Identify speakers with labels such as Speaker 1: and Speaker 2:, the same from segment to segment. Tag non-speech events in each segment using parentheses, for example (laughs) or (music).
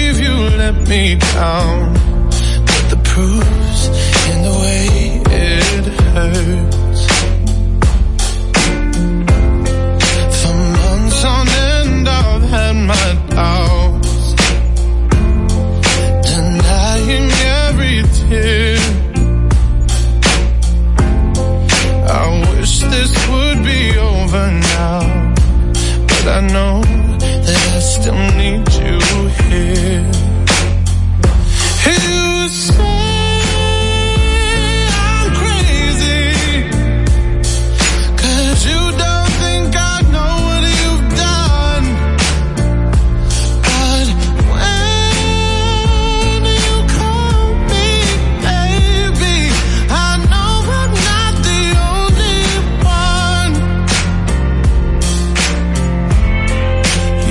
Speaker 1: let me down. But the proof's in the way it hurts. For months on end I've had my doubts. Denying every tear. I wish this would be over now. But I know that I still need you here. You say I'm crazy. Cause you don't think I know what you've done. But when you call me baby, I know I'm not the only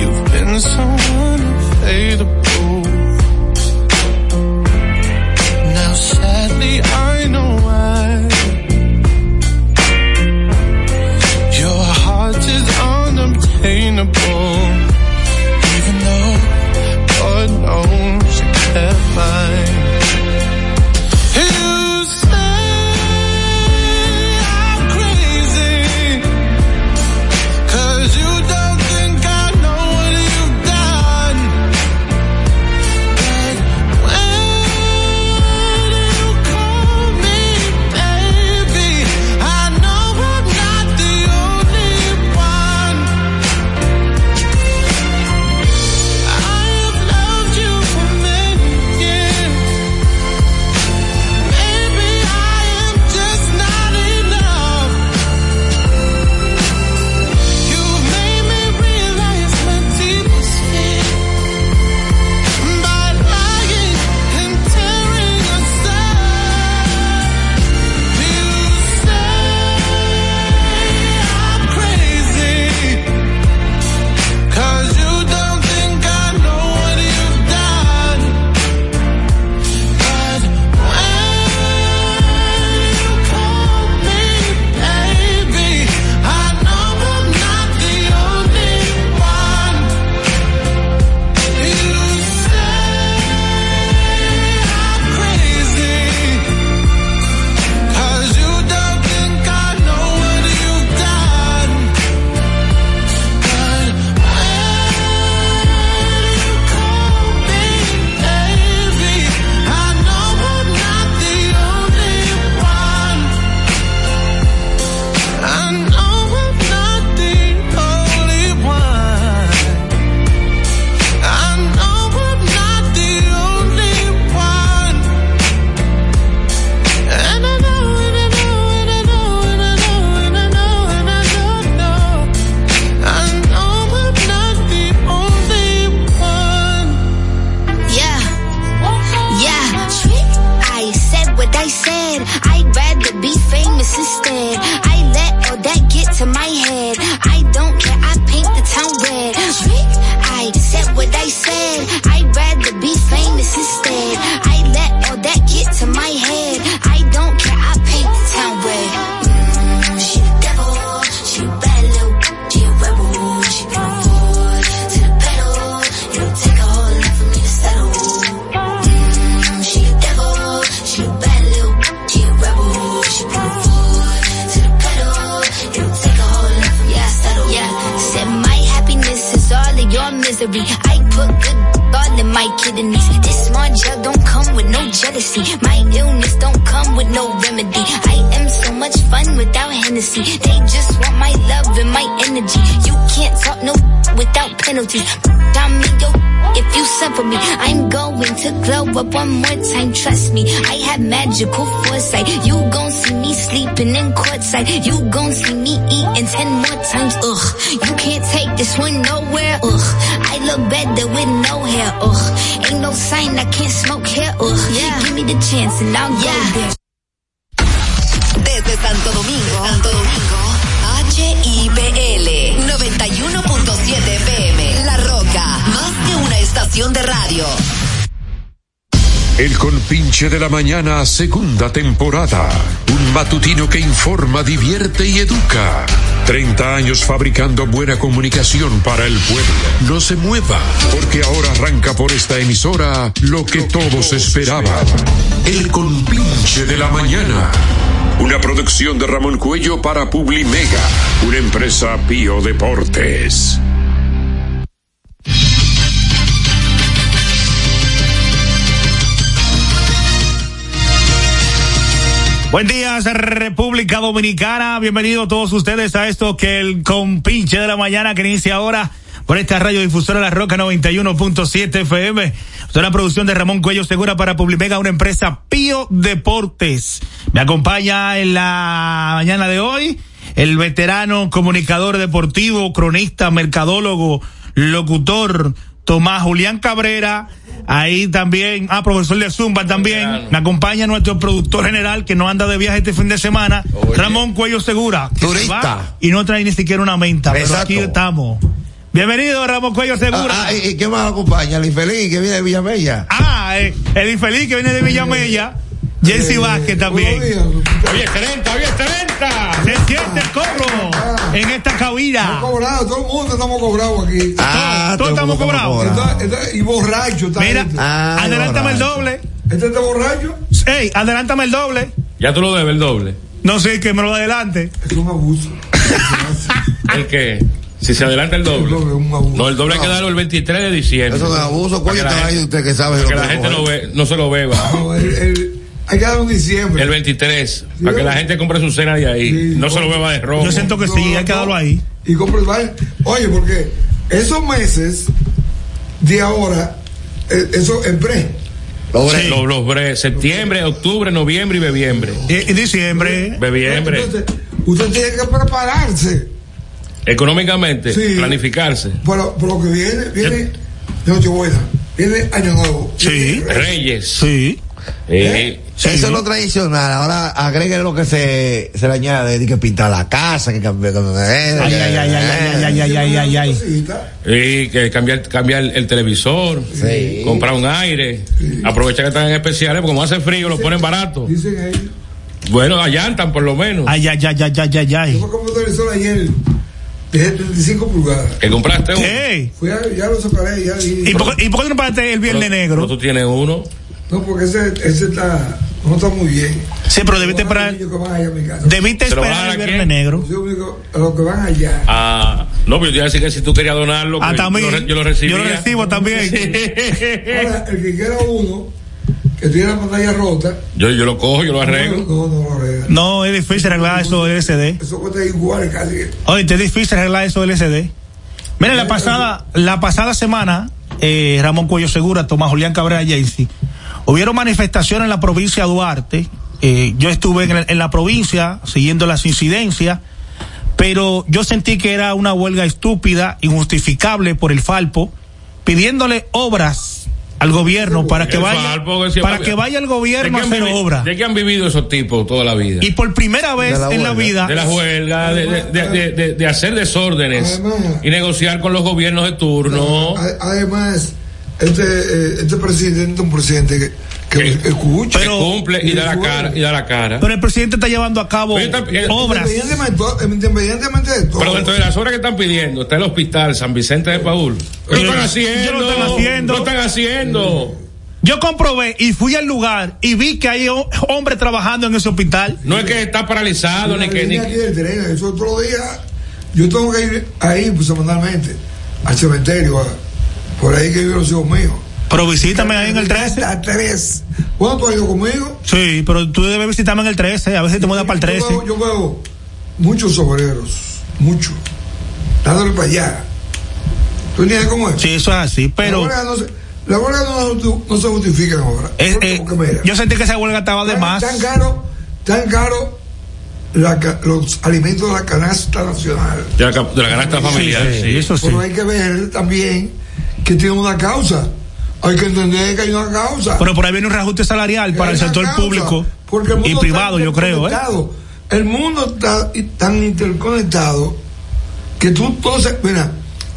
Speaker 1: one. You've been so unfadable. Now sadly I know why. Your heart is unobtainable. Even though God knows you kept mine. You say I'm crazy. Cause you don't think I know what you've done. But when you call me baby, I know I'm not the only one. I have loved you for many years. Maybe I am just not enough. You made me realize my deepest fear by lying and tearing us up. You say I'm crazy, 'cause you don't think I know what you've done. But when you call me baby, I know I'm not the only one. You say I'm crazy, 'cause you don't think I know what you've done. But when you call me baby, I know I'm not the only one. I know I'm not the only one. I know I'm not the only one. And I know, and I know, and I know, and I know, and I know, and I don't know. I know I'm not the only one.
Speaker 2: Yeah. Yeah. I said what I said. I'd rather be famous instead. I let all that get to my head. I don't care. I paint the town red. I said what I said. I'd rather be famous instead. I let all that get to my head. I don't care. I paint the town red. Mm, she the devil. She a bad little. She a rebel. She gonna fall to the pedal. It'll take a whole lot for me to settle. Mm, she a devil, she a bad little, she a rebel, she put her foot to the pedal. It'll take a whole lot for me to settle. Yeah, said my happiness is all of your misery. I put good all in my kidneys. This small jug don't come with no jealousy. My illness don't come with no remedy. I am so much fun without Hennessy. They just want my love and my energy. You can't talk no without penalties. Down me, yo if you suffer me. I'm going to glow up one more time, trust me. I have magical foresight. You gon' see me sleeping in courtside. You gon' see me eating ten more times. Ugh, you can't take this one nowhere. Ugh, I look better with no hair. Ugh, ain't no sign I can't smoke hair. Ugh, yeah. give me the chance and I'll go there.
Speaker 3: Desde Santo Domingo, Santo Domingo, HIPL 91.7 FM, La Roca, más que una estación de radio.
Speaker 4: El Colpinche de la Mañana, segunda temporada. Un matutino que informa, divierte y educa. 30 años fabricando buena comunicación para el pueblo. No se mueva, porque ahora arranca por esta emisora lo que todos esperaban. El Colpinche de la Mañana. Una producción de Ramón Cuello para Publimega, una empresa Pío Deportes.
Speaker 5: Buen día, República Dominicana. Bienvenidos todos ustedes a esto que el compinche de la mañana que inicia ahora por esta radio difusora La Roca 91.7 FM. Esto es una producción de Ramón Cuello Segura para Publimega, una empresa Pío Deportes. Me acompaña en la mañana de hoy el veterano comunicador deportivo, cronista, mercadólogo, locutor, Tomás Julián Cabrera, ahí también, ah, profesor de Zumba también, me acompaña nuestro productor general que no anda de viaje este fin de semana, Ramón Cuello Segura, que se
Speaker 6: Turista.
Speaker 5: va y no trae ni siquiera una menta, pero
Speaker 6: Exacto.
Speaker 5: aquí estamos. Bienvenido, Ramón Cuello Segura.
Speaker 6: Ah, ah, ¿Y y qué más acompaña? El infeliz que viene de Villamella.
Speaker 5: Ah, eh, el infeliz que viene de Villamella,
Speaker 6: Eh,
Speaker 5: Jesse Vázquez también.
Speaker 7: Oye, excelente, oye, excelente.
Speaker 5: Se siente el cobro en esta cabina.
Speaker 8: Cobrado, todo el mundo estamos cobrados aquí.
Speaker 6: Ah,
Speaker 5: todos
Speaker 6: todo el mundo
Speaker 5: estamos cobrados.
Speaker 6: cobra.
Speaker 8: Está- está- y borracho está
Speaker 5: Mira,
Speaker 8: este.
Speaker 6: Ay,
Speaker 5: adelántame el
Speaker 6: borracho.
Speaker 5: doble.
Speaker 8: Este está borracho,
Speaker 5: Ey, adelántame el doble.
Speaker 7: Ya tú lo debes el doble.
Speaker 5: No sé, que me lo adelante.
Speaker 8: es un abuso.
Speaker 7: El que, si se adelanta el
Speaker 8: El doble es
Speaker 7: doble.
Speaker 8: un abuso.
Speaker 7: No, el doble hay que darlo el 23 de diciembre.
Speaker 6: Eso es un abuso,
Speaker 7: Para que
Speaker 6: coño,
Speaker 7: la
Speaker 6: te va a ir
Speaker 7: gente-
Speaker 6: usted que
Speaker 7: para
Speaker 6: sabe. lo
Speaker 7: que la
Speaker 6: puede
Speaker 7: gente no,
Speaker 6: coger.
Speaker 7: ve- no se lo beba.
Speaker 8: No, el- el- hay que dar un diciembre.
Speaker 7: El 23, para que la gente compre su cena de ahí.
Speaker 8: Sí.
Speaker 7: No se lo beba de rojo.
Speaker 5: Yo siento que sí, hay que darlo ahí.
Speaker 8: Y compra el baile. Oye, porque esos meses de ahora, eh, eso es pre.
Speaker 6: Lo ve.
Speaker 7: Sí. Los, los bre- septiembre, octubre, noviembre y bebiembre.
Speaker 5: En diciembre.
Speaker 7: Bebiembre.
Speaker 8: Entonces, usted tiene que prepararse
Speaker 7: Económicamente,
Speaker 8: Sí.
Speaker 7: planificarse.
Speaker 8: para, para lo que viene. Viene Nochebuena, viene Año Nuevo.
Speaker 5: Sí.
Speaker 7: Reyes.
Speaker 5: Sí.
Speaker 7: Eh,
Speaker 6: Eso es lo tradicional. Ahora agregue lo que se, se le añade. Di que pintar la casa, que cambiar.
Speaker 5: Ay, ay, ay, ay, ay, ay, ay, ay, ay, ay.
Speaker 8: Cosita.
Speaker 7: Y que cambiar, cambiar el televisor,
Speaker 6: Sí.
Speaker 7: comprar un aire, aprovechar que están en especiales, porque como hace frío lo ponen barato.
Speaker 8: Dicen ellos.
Speaker 7: Bueno, allantan por lo menos.
Speaker 5: Ay, ay, ay, ay, ay, ay, ay.
Speaker 8: Yo compré un televisor ayer de 35 pulgadas.
Speaker 7: Que compraste uno.
Speaker 5: Ey,
Speaker 8: Fui a- ya lo sacaré, ya
Speaker 5: ¿Y
Speaker 8: vi.
Speaker 5: por, qué- ¿Y por qué no pagaste el
Speaker 7: Pero-
Speaker 5: viernes
Speaker 7: pero
Speaker 5: negro?
Speaker 7: tú tienes uno.
Speaker 8: No, porque ese, ese está, no está muy bien.
Speaker 5: Sí, pero debiste
Speaker 8: Los
Speaker 5: esperar,
Speaker 8: niños que van allá a mi casa.
Speaker 5: debiste
Speaker 7: ¿Pero van a
Speaker 5: esperar el
Speaker 7: quién?
Speaker 5: viernes negro.
Speaker 8: Yo digo, a los que van allá.
Speaker 7: Ah, no, pero yo te iba a decir que si tú querías donarlo, pues,
Speaker 5: Ah, también.
Speaker 7: yo, lo re- yo lo recibía.
Speaker 5: Yo lo recibo también.
Speaker 8: Ahora, el que quiera uno, que tiene la pantalla rota,
Speaker 7: Yo, yo lo cojo, yo lo arreglo.
Speaker 8: no, no, no lo arregla.
Speaker 5: No, es difícil arreglar eso LCD.
Speaker 8: Eso cuesta igual casi.
Speaker 5: Oye, te es difícil arreglar eso del SD. Mira,
Speaker 7: Eh,
Speaker 5: la pasada, la pasada semana, eh, Ramón Cuello Segura, Tomás Julián Cabrera Yancy, hubieron manifestaciones en la provincia de Duarte. Eh, yo estuve en, el- en la provincia siguiendo las incidencias, pero yo sentí que era una huelga estúpida, injustificable por el Falpo, pidiéndole obras al gobierno para que
Speaker 7: El
Speaker 5: vaya,
Speaker 7: Falpo, que siempre-
Speaker 5: para que vaya el
Speaker 7: ¿De
Speaker 5: gobierno
Speaker 7: qué
Speaker 5: a
Speaker 7: han
Speaker 5: hacer
Speaker 7: vivi-
Speaker 5: obras.
Speaker 7: ¿De qué han vivido esos tipos toda la vida?
Speaker 5: Y por primera vez
Speaker 6: De la
Speaker 5: en la
Speaker 6: huelga.
Speaker 5: vida,
Speaker 7: de las huelgas, de, de- de- de- de- de hacer desórdenes
Speaker 8: Además-
Speaker 7: y negociar con los gobiernos de turno.
Speaker 8: A- Además, este, eh, este presidente, un presidente que, que
Speaker 7: Que-
Speaker 8: escucha.
Speaker 7: que
Speaker 5: Eh, Pero-
Speaker 7: cumple y da la cara. Y da la cara.
Speaker 5: pero el presidente está llevando a cabo
Speaker 7: Pero está- eh,
Speaker 5: obras.
Speaker 8: Independientemente de todo- independientemente de todo.
Speaker 7: Pero dentro de las obras que están pidiendo, está el hospital San Vicente de Paul. Lo
Speaker 5: Pero-
Speaker 7: están haciendo.
Speaker 5: lo están haciendo.
Speaker 7: Lo están haciendo.
Speaker 5: Yo comprobé y fui al lugar y vi que hay ho- hombres trabajando en ese hospital.
Speaker 7: No es que está paralizado, ni
Speaker 8: Una
Speaker 7: que. ni-
Speaker 8: línea aquí del tren, eso otro día yo tengo que ir ahí pues, semanalmente al cementerio, a- por ahí que viven los hijos míos.
Speaker 5: Pero visítame ahí en el 13.
Speaker 8: Hasta tres. ¿Cuándo tú has ido conmigo?
Speaker 5: Sí, pero tú debes visitarme en el 13. A veces te mudas para el
Speaker 8: Yo
Speaker 5: 13.
Speaker 8: veo- Yo veo muchos obreros, muchos, dándole para allá. ¿Tú entiendes cómo es?
Speaker 5: Sí, eso es así. Pero
Speaker 8: La huelga no se, la huelga no, se- no se justifica ahora.
Speaker 5: es-
Speaker 8: Porque-
Speaker 5: eh,
Speaker 8: porque mira,
Speaker 5: yo sentí que esa huelga estaba de
Speaker 8: tan-
Speaker 5: más.
Speaker 8: Tan caro, tan caro la ca- los alimentos de la canasta nacional.
Speaker 7: De la, ca- de la canasta familiar.
Speaker 5: Sí,
Speaker 7: sí.
Speaker 5: eso sí.
Speaker 8: Pero hay que ver también que tiene una causa. Hay que entender que hay una causa.
Speaker 5: Pero por ahí viene un reajuste salarial para el
Speaker 8: Hay una
Speaker 5: sector
Speaker 8: causa,
Speaker 5: público
Speaker 8: porque el
Speaker 5: y
Speaker 8: mundo
Speaker 5: privado,
Speaker 8: está
Speaker 5: yo creo. ¿eh?
Speaker 8: interconectado. El mundo está i- tan interconectado que tú todo se- Mira,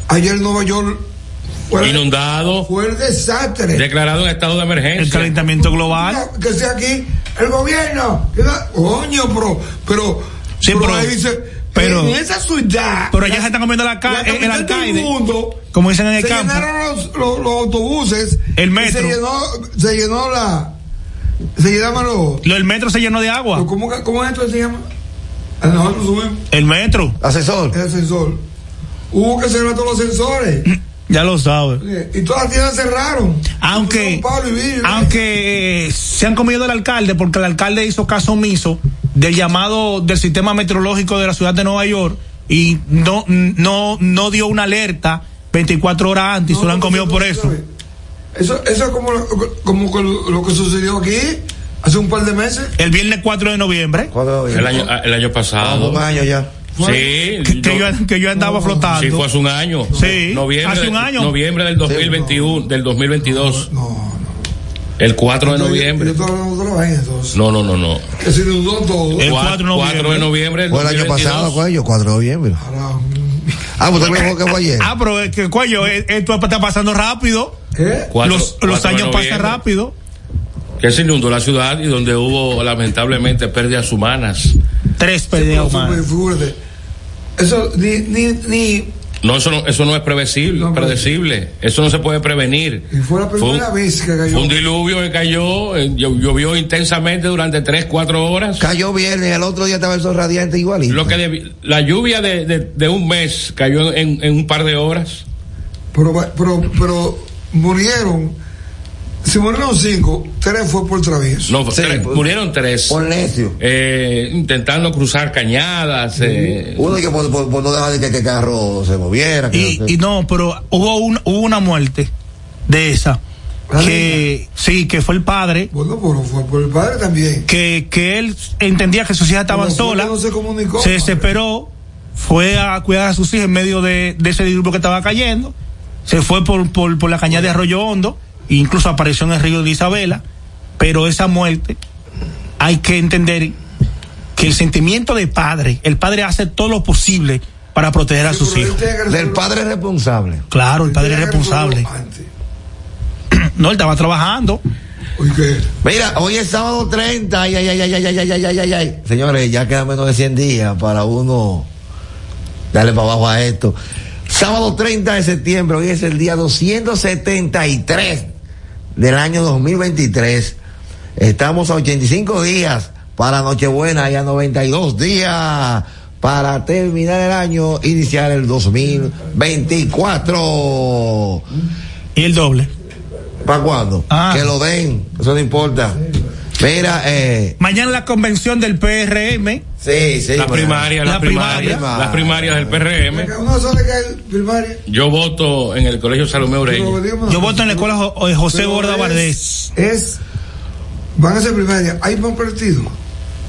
Speaker 8: ayer en Nueva York Fue-
Speaker 7: inundado,
Speaker 8: Fue el desastre.
Speaker 7: declarado en estado de
Speaker 5: El
Speaker 7: emergencia.
Speaker 5: calentamiento global.
Speaker 8: No, que sea aquí el gobierno. que no- Coño, pero. Pero.
Speaker 5: Sí, pero-
Speaker 8: ahí se-
Speaker 5: pero-
Speaker 8: en esa ciudad.
Speaker 5: Pero allá se están comiendo la ca-
Speaker 8: la
Speaker 5: el, el
Speaker 8: capital del
Speaker 5: alcaide.
Speaker 8: mundo,
Speaker 5: Como dicen en el
Speaker 8: se
Speaker 5: campo.
Speaker 8: llenaron los, los- los autobuses.
Speaker 5: El
Speaker 8: y
Speaker 5: metro.
Speaker 8: Se llenó, se llenó la. Se llenaban los.
Speaker 5: Lo- El metro se llenó de agua.
Speaker 8: los- ¿cómo, que- ¿Cómo esto se llama? A nosotros subimos
Speaker 5: El metro.
Speaker 6: Asesor.
Speaker 8: el ascensor. Hubo que cerrar todos los ascensores.
Speaker 5: Ya lo sabes.
Speaker 8: Y todas las tiendas cerraron.
Speaker 5: Aunque,
Speaker 8: São Paulo y Villa.
Speaker 5: aunque eh, se han comido al alcalde porque el alcalde hizo caso omiso del llamado del sistema meteorológico de la ciudad de Nueva York y no, no, no dio una alerta 24 horas antes y se lo han
Speaker 8: No,
Speaker 5: comido
Speaker 8: no,
Speaker 5: por
Speaker 8: no,
Speaker 5: eso.
Speaker 8: Eso, eso es como, lo- como con lo, lo que sucedió aquí hace un par de meses.
Speaker 5: El viernes 4 de noviembre,
Speaker 6: ¿Cuándo
Speaker 7: El año, el año
Speaker 6: Ah,
Speaker 7: pasado.
Speaker 6: dos años ya.
Speaker 7: Sí,
Speaker 5: que, que yo, que yo andaba flotando.
Speaker 7: Sí, fue hace un año.
Speaker 5: Sí,
Speaker 7: noviembre,
Speaker 5: hace
Speaker 7: de-
Speaker 5: un año.
Speaker 7: Noviembre del 2021, del 2022.
Speaker 8: No, no.
Speaker 7: El 4 de
Speaker 8: Yo,
Speaker 7: noviembre.
Speaker 8: yo todavía no trabajé entonces.
Speaker 7: No, no, no, no.
Speaker 8: Que se inundó todo.
Speaker 5: El
Speaker 7: Cua-
Speaker 5: 4 de noviembre.
Speaker 7: de noviembre del
Speaker 6: Fue el año
Speaker 7: 2022.
Speaker 6: pasado, coño, 4 de noviembre.
Speaker 8: Ahora,
Speaker 6: Ah, pues también que fue ayer.
Speaker 5: Ah, pero es que, coño, eh, esto está pasando rápido.
Speaker 8: ¿eh?
Speaker 7: Cuatro-
Speaker 5: los
Speaker 7: cuatro
Speaker 5: los
Speaker 7: de
Speaker 5: años
Speaker 7: noviembre,
Speaker 5: pasan rápido.
Speaker 7: Que se inundó la ciudad y donde hubo lamentablemente pérdidas humanas.
Speaker 5: Tres peleas
Speaker 8: Fue muy
Speaker 5: más.
Speaker 8: fuerte. Eso ni, ni, ni
Speaker 7: No, eso no, eso no es previsible,
Speaker 8: No, pero-
Speaker 7: predecible. Eso no se puede prevenir.
Speaker 8: Y fue la primera
Speaker 7: un-
Speaker 8: vez que cayó.
Speaker 7: fue un diluvio que cayó, eh, llo- llovió intensamente durante 3, 4 horas.
Speaker 6: Cayó viernes, el otro día estaba el sol radiante igualito.
Speaker 7: Lo que debi- la lluvia de, de- de un mes cayó en, en un par de horas.
Speaker 8: pero, pero, pero murieron. Si murieron cinco, tres fue por travieso.
Speaker 7: No,
Speaker 6: Sí,
Speaker 7: tres-
Speaker 6: por-
Speaker 7: murieron tres.
Speaker 6: Por necio.
Speaker 7: eh, intentando cruzar cañadas. eh,
Speaker 6: Uno que por, por- por no dejar de que, que el carro se moviera. que
Speaker 5: Y,
Speaker 6: no sé.
Speaker 5: y no, pero hubo, un, hubo una muerte de esa.
Speaker 8: Ah,
Speaker 5: Que sí, que fue el padre.
Speaker 8: Bueno, pero fue por el padre también.
Speaker 5: Que, que él entendía que sus hijas estaban
Speaker 8: Pero fue que
Speaker 5: solas.
Speaker 8: No se comunicó.
Speaker 5: Se desesperó. Fue a cuidar a sus hijas en medio de, de ese grupo que estaba cayendo. Se fue por, por, por la cañada de Arroyo Hondo. e Incluso apareció en el río de Isabela. Pero esa muerte, hay que entender que el sentimiento de padre, el padre hace todo lo posible para proteger a
Speaker 8: Sí,
Speaker 5: sus
Speaker 8: pero él
Speaker 5: hijos.
Speaker 8: tenía que
Speaker 6: Del
Speaker 8: resolver-
Speaker 6: padre responsable.
Speaker 5: Claro, el padre es
Speaker 8: tenía que
Speaker 5: responsable.
Speaker 8: resolverlo antes.
Speaker 5: No, él estaba trabajando.
Speaker 8: Oye, que-
Speaker 6: Mira, hoy es sábado 30. Ay, ay, ay, ay, ay, ay, ay, ay, ay, ay, ay. Señores, ya quedan menos de 100 días para uno darle para abajo a esto. Sábado 30 de septiembre, hoy es el día 273 del año 2023. Estamos a 85 días para Nochebuena y a 92 días para terminar el año, iniciar el 2024.
Speaker 5: Y el doble.
Speaker 6: ¿Para cuándo?
Speaker 5: Ah.
Speaker 6: Que lo den, eso no importa. Mira, eh,
Speaker 5: Mañana la convención del PRM.
Speaker 6: sí, sí.
Speaker 7: la
Speaker 6: bueno.
Speaker 7: primaria, la,
Speaker 5: La
Speaker 7: primaria,
Speaker 6: primaria.
Speaker 7: las primarias del PRM.
Speaker 8: Uno sabe que el primario.
Speaker 7: Yo voto en el Colegio Salomé
Speaker 8: pero
Speaker 7: Ureña.
Speaker 8: digamos una
Speaker 5: Yo
Speaker 8: cosa,
Speaker 5: voto en la escuela Jo- eh, José
Speaker 8: pero
Speaker 5: Borda
Speaker 8: es-
Speaker 5: Valdés.
Speaker 8: Es. Van a ser primaria. Hay más partido.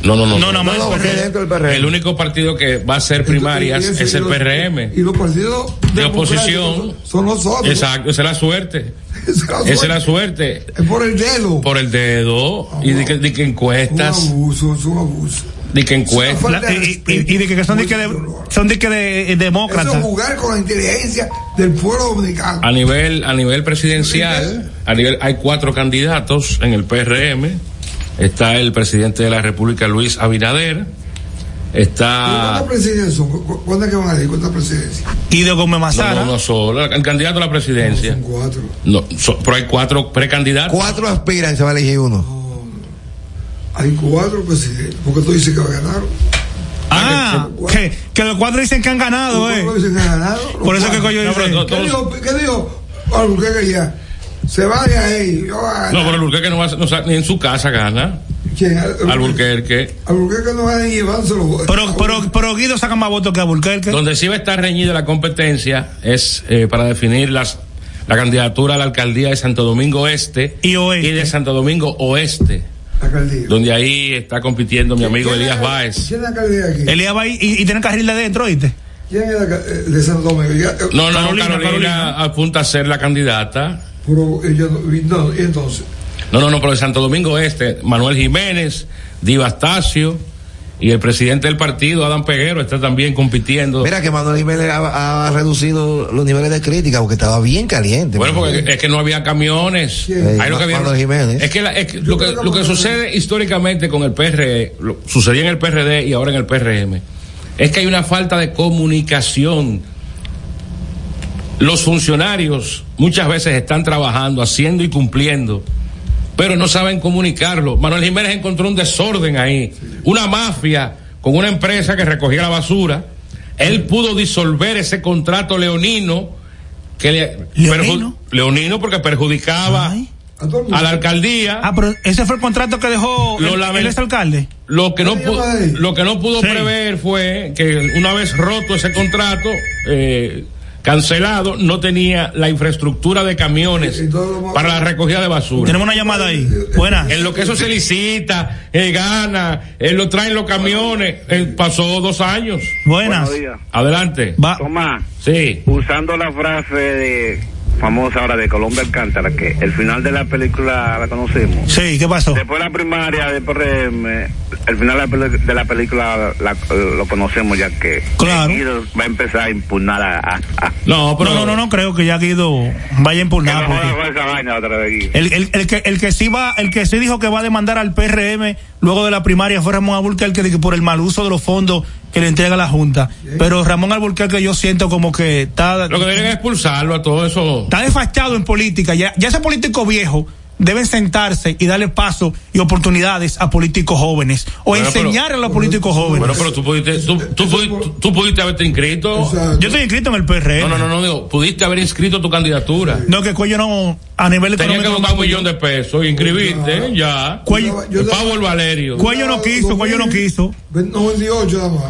Speaker 7: No, no, no.
Speaker 5: No,
Speaker 7: no.
Speaker 5: no,
Speaker 6: No, no, porque
Speaker 5: PRM.
Speaker 6: dentro del
Speaker 7: El
Speaker 6: PRM.
Speaker 7: único partido que va a hacer primarias
Speaker 8: Entonces, y
Speaker 7: es
Speaker 8: ese-
Speaker 7: el
Speaker 8: y los-
Speaker 7: PRM.
Speaker 8: Y los partidos
Speaker 7: De oposición.
Speaker 8: democráticos Son nosotros.
Speaker 7: Exacto, esa es la
Speaker 8: (laughs)
Speaker 7: suerte. Esa es la suerte.
Speaker 8: Es por el dedo. Ah,
Speaker 7: Por el dedo y de que, de que
Speaker 8: un
Speaker 7: encuestas,
Speaker 8: abuso, es un abuso.
Speaker 7: de que encuestas.
Speaker 8: Falta
Speaker 5: La-
Speaker 8: de
Speaker 5: y, y-
Speaker 8: respeto.
Speaker 5: y de que son de que de-
Speaker 8: Mucho
Speaker 5: son de que de- eh,
Speaker 8: Eso es
Speaker 5: demócratas.
Speaker 8: jugar con la inteligencia del pueblo dominicano.
Speaker 7: A nivel, a nivel presidencial, a nivel, hay cuatro candidatos en el PRM. Está el presidente de la República, Luis Abinader. Está
Speaker 8: ¿Cuántas presidencias son? ¿Cu- cu- ¿Cuántas que van a decir? ¿Cuántas presidencias?
Speaker 5: Y de
Speaker 7: no,
Speaker 5: Gómez
Speaker 7: no,
Speaker 5: Mazara.
Speaker 7: no solo, el candidato a la presidencia.
Speaker 8: Son cuatro.
Speaker 7: No, so- pero hay cuatro precandidatos.
Speaker 6: Cuatro aspiran y se va a elegir uno.
Speaker 8: Hay cuatro presidentes. Porque tú dices que va a ganar.
Speaker 5: Ah, que, que los cuatro dicen que han ganado, eh.
Speaker 8: Los dicen que han ganado. Los
Speaker 5: Por eso que
Speaker 8: cuatro.
Speaker 5: coño
Speaker 7: No, pero
Speaker 5: dice.
Speaker 7: no-
Speaker 8: ¿Qué dijo? ¿Qué dijo? Albuquerque ya. Se vaya ahí. Yo voy a ganar.
Speaker 7: No, pero Alburquerque no va a ser- no sa- ni en su casa gana.
Speaker 8: ¿Quién?
Speaker 7: Alburquerque.
Speaker 8: Albuquerque no va a llevárselo.
Speaker 5: Pero, pero, pero Guido saca más votos que Abulquerque.
Speaker 7: Donde sí va a estar reñida la competencia es eh, para definir las, la candidatura a la alcaldía de Santo Domingo Este
Speaker 5: Y Oeste.
Speaker 7: de Santo Domingo Oeste,
Speaker 8: Alcaldía.
Speaker 7: donde ahí está compitiendo mi amigo
Speaker 8: ¿Quién es-
Speaker 7: Elías Báez.
Speaker 8: ¿Quién es la alcaldía aquí?
Speaker 5: Elías va ahí y, y tiene carril de adentro, ¿oíste?
Speaker 8: ¿Quién es la alca- eh, de Santo Domingo? Ya, eh,
Speaker 7: No, no,
Speaker 5: Carolina,
Speaker 7: Carolina,
Speaker 5: Carolina.
Speaker 7: apunta a ser la candidata.
Speaker 8: Pero eh, yo no, y no, y entonces.
Speaker 7: No, no, no, pero de Santo Domingo Este, Manuel Jiménez, Diva Astacio Y el presidente del partido, Adam Peguero, está también compitiendo.
Speaker 6: Mira que Manuel Jiménez ha, ha reducido los niveles de crítica porque estaba bien caliente.
Speaker 7: Bueno,
Speaker 6: Manuel.
Speaker 7: porque es que no había camiones.
Speaker 8: Sí.
Speaker 7: Ahí lo que había-
Speaker 6: Manuel Jiménez.
Speaker 7: es que, la- es que lo, que, lo que sucede históricamente con el PRD, lo- sucedía en el PRD y ahora en el PRM, es que hay una falta de comunicación. Los funcionarios muchas veces están trabajando, haciendo y cumpliendo, pero no saben comunicarlo. Manuel Jiménez encontró un desorden ahí, una mafia con una empresa que recogía la basura. Él pudo disolver ese contrato leonino que le
Speaker 5: ¿Leonino?
Speaker 7: perju- leonino porque perjudicaba
Speaker 5: Ay.
Speaker 8: A todo el mundo.
Speaker 7: a la alcaldía
Speaker 5: Ah, pero ese fue el contrato que dejó
Speaker 7: Lo
Speaker 5: el,
Speaker 7: lamen-
Speaker 5: el exalcalde.
Speaker 7: lo que no
Speaker 8: Ay,
Speaker 7: pudo,
Speaker 8: ay.
Speaker 7: lo que no pudo
Speaker 5: Sí.
Speaker 7: prever fue que una vez roto ese contrato eh, cancelado no tenía la infraestructura de camiones
Speaker 8: Y todo lo-
Speaker 7: para la recogida de basura
Speaker 5: Tenemos una llamada ahí. Buenas.
Speaker 7: en lo que eso se licita eh, gana eh, lo traen los camiones eh, pasó dos años
Speaker 5: Buenas.
Speaker 7: adelante
Speaker 5: Va.
Speaker 9: Tomás,
Speaker 7: sí
Speaker 9: usando la frase de famosa ahora de Colombia Alcántara, que el final de la película la conocemos.
Speaker 5: Sí, ¿qué pasó?
Speaker 9: Después de la primaria de PRM, el final de la peli- de la película la- lo conocemos ya que
Speaker 5: Claro.
Speaker 9: Guido va a empezar a impugnar a... a, a-
Speaker 7: no pero
Speaker 5: No, no, no, no creo que ya Guido vaya a
Speaker 9: que
Speaker 5: impugnar.
Speaker 9: no joda
Speaker 5: porque-
Speaker 9: con esa vaina otra vez, Guido.
Speaker 5: El, el, el que, el que sí va, el que sí dijo que va a demandar al PRM luego de la primaria fue Ramón Alburquerque que por el mal uso de los fondos que le entrega la Junta. Pero Ramón Alburquerque yo siento como que está,
Speaker 7: lo que deben es expulsarlo a todo eso
Speaker 5: está desfachado en política. Ya, ya ese político viejo deben sentarse y darle paso y oportunidades a políticos jóvenes o
Speaker 7: Bueno, pero-
Speaker 5: enseñar a los políticos jóvenes.
Speaker 7: bueno pero tú pudiste tú, tú pudiste, tú pudiste haberte inscrito
Speaker 8: Exacto.
Speaker 5: yo estoy inscrito en el PRM.
Speaker 7: No, no, no, no, digo, pudiste haber inscrito tu candidatura.
Speaker 5: No, que Cuello no, a nivel
Speaker 7: Tenías que
Speaker 5: económico.
Speaker 7: buscar un millón de pesos, inscribirte, ya.
Speaker 5: Cuello-
Speaker 8: Yo-
Speaker 7: Pablo Valerio.
Speaker 5: Cuello- Cuello no quiso, Cuello no quiso.
Speaker 8: 98 nada más.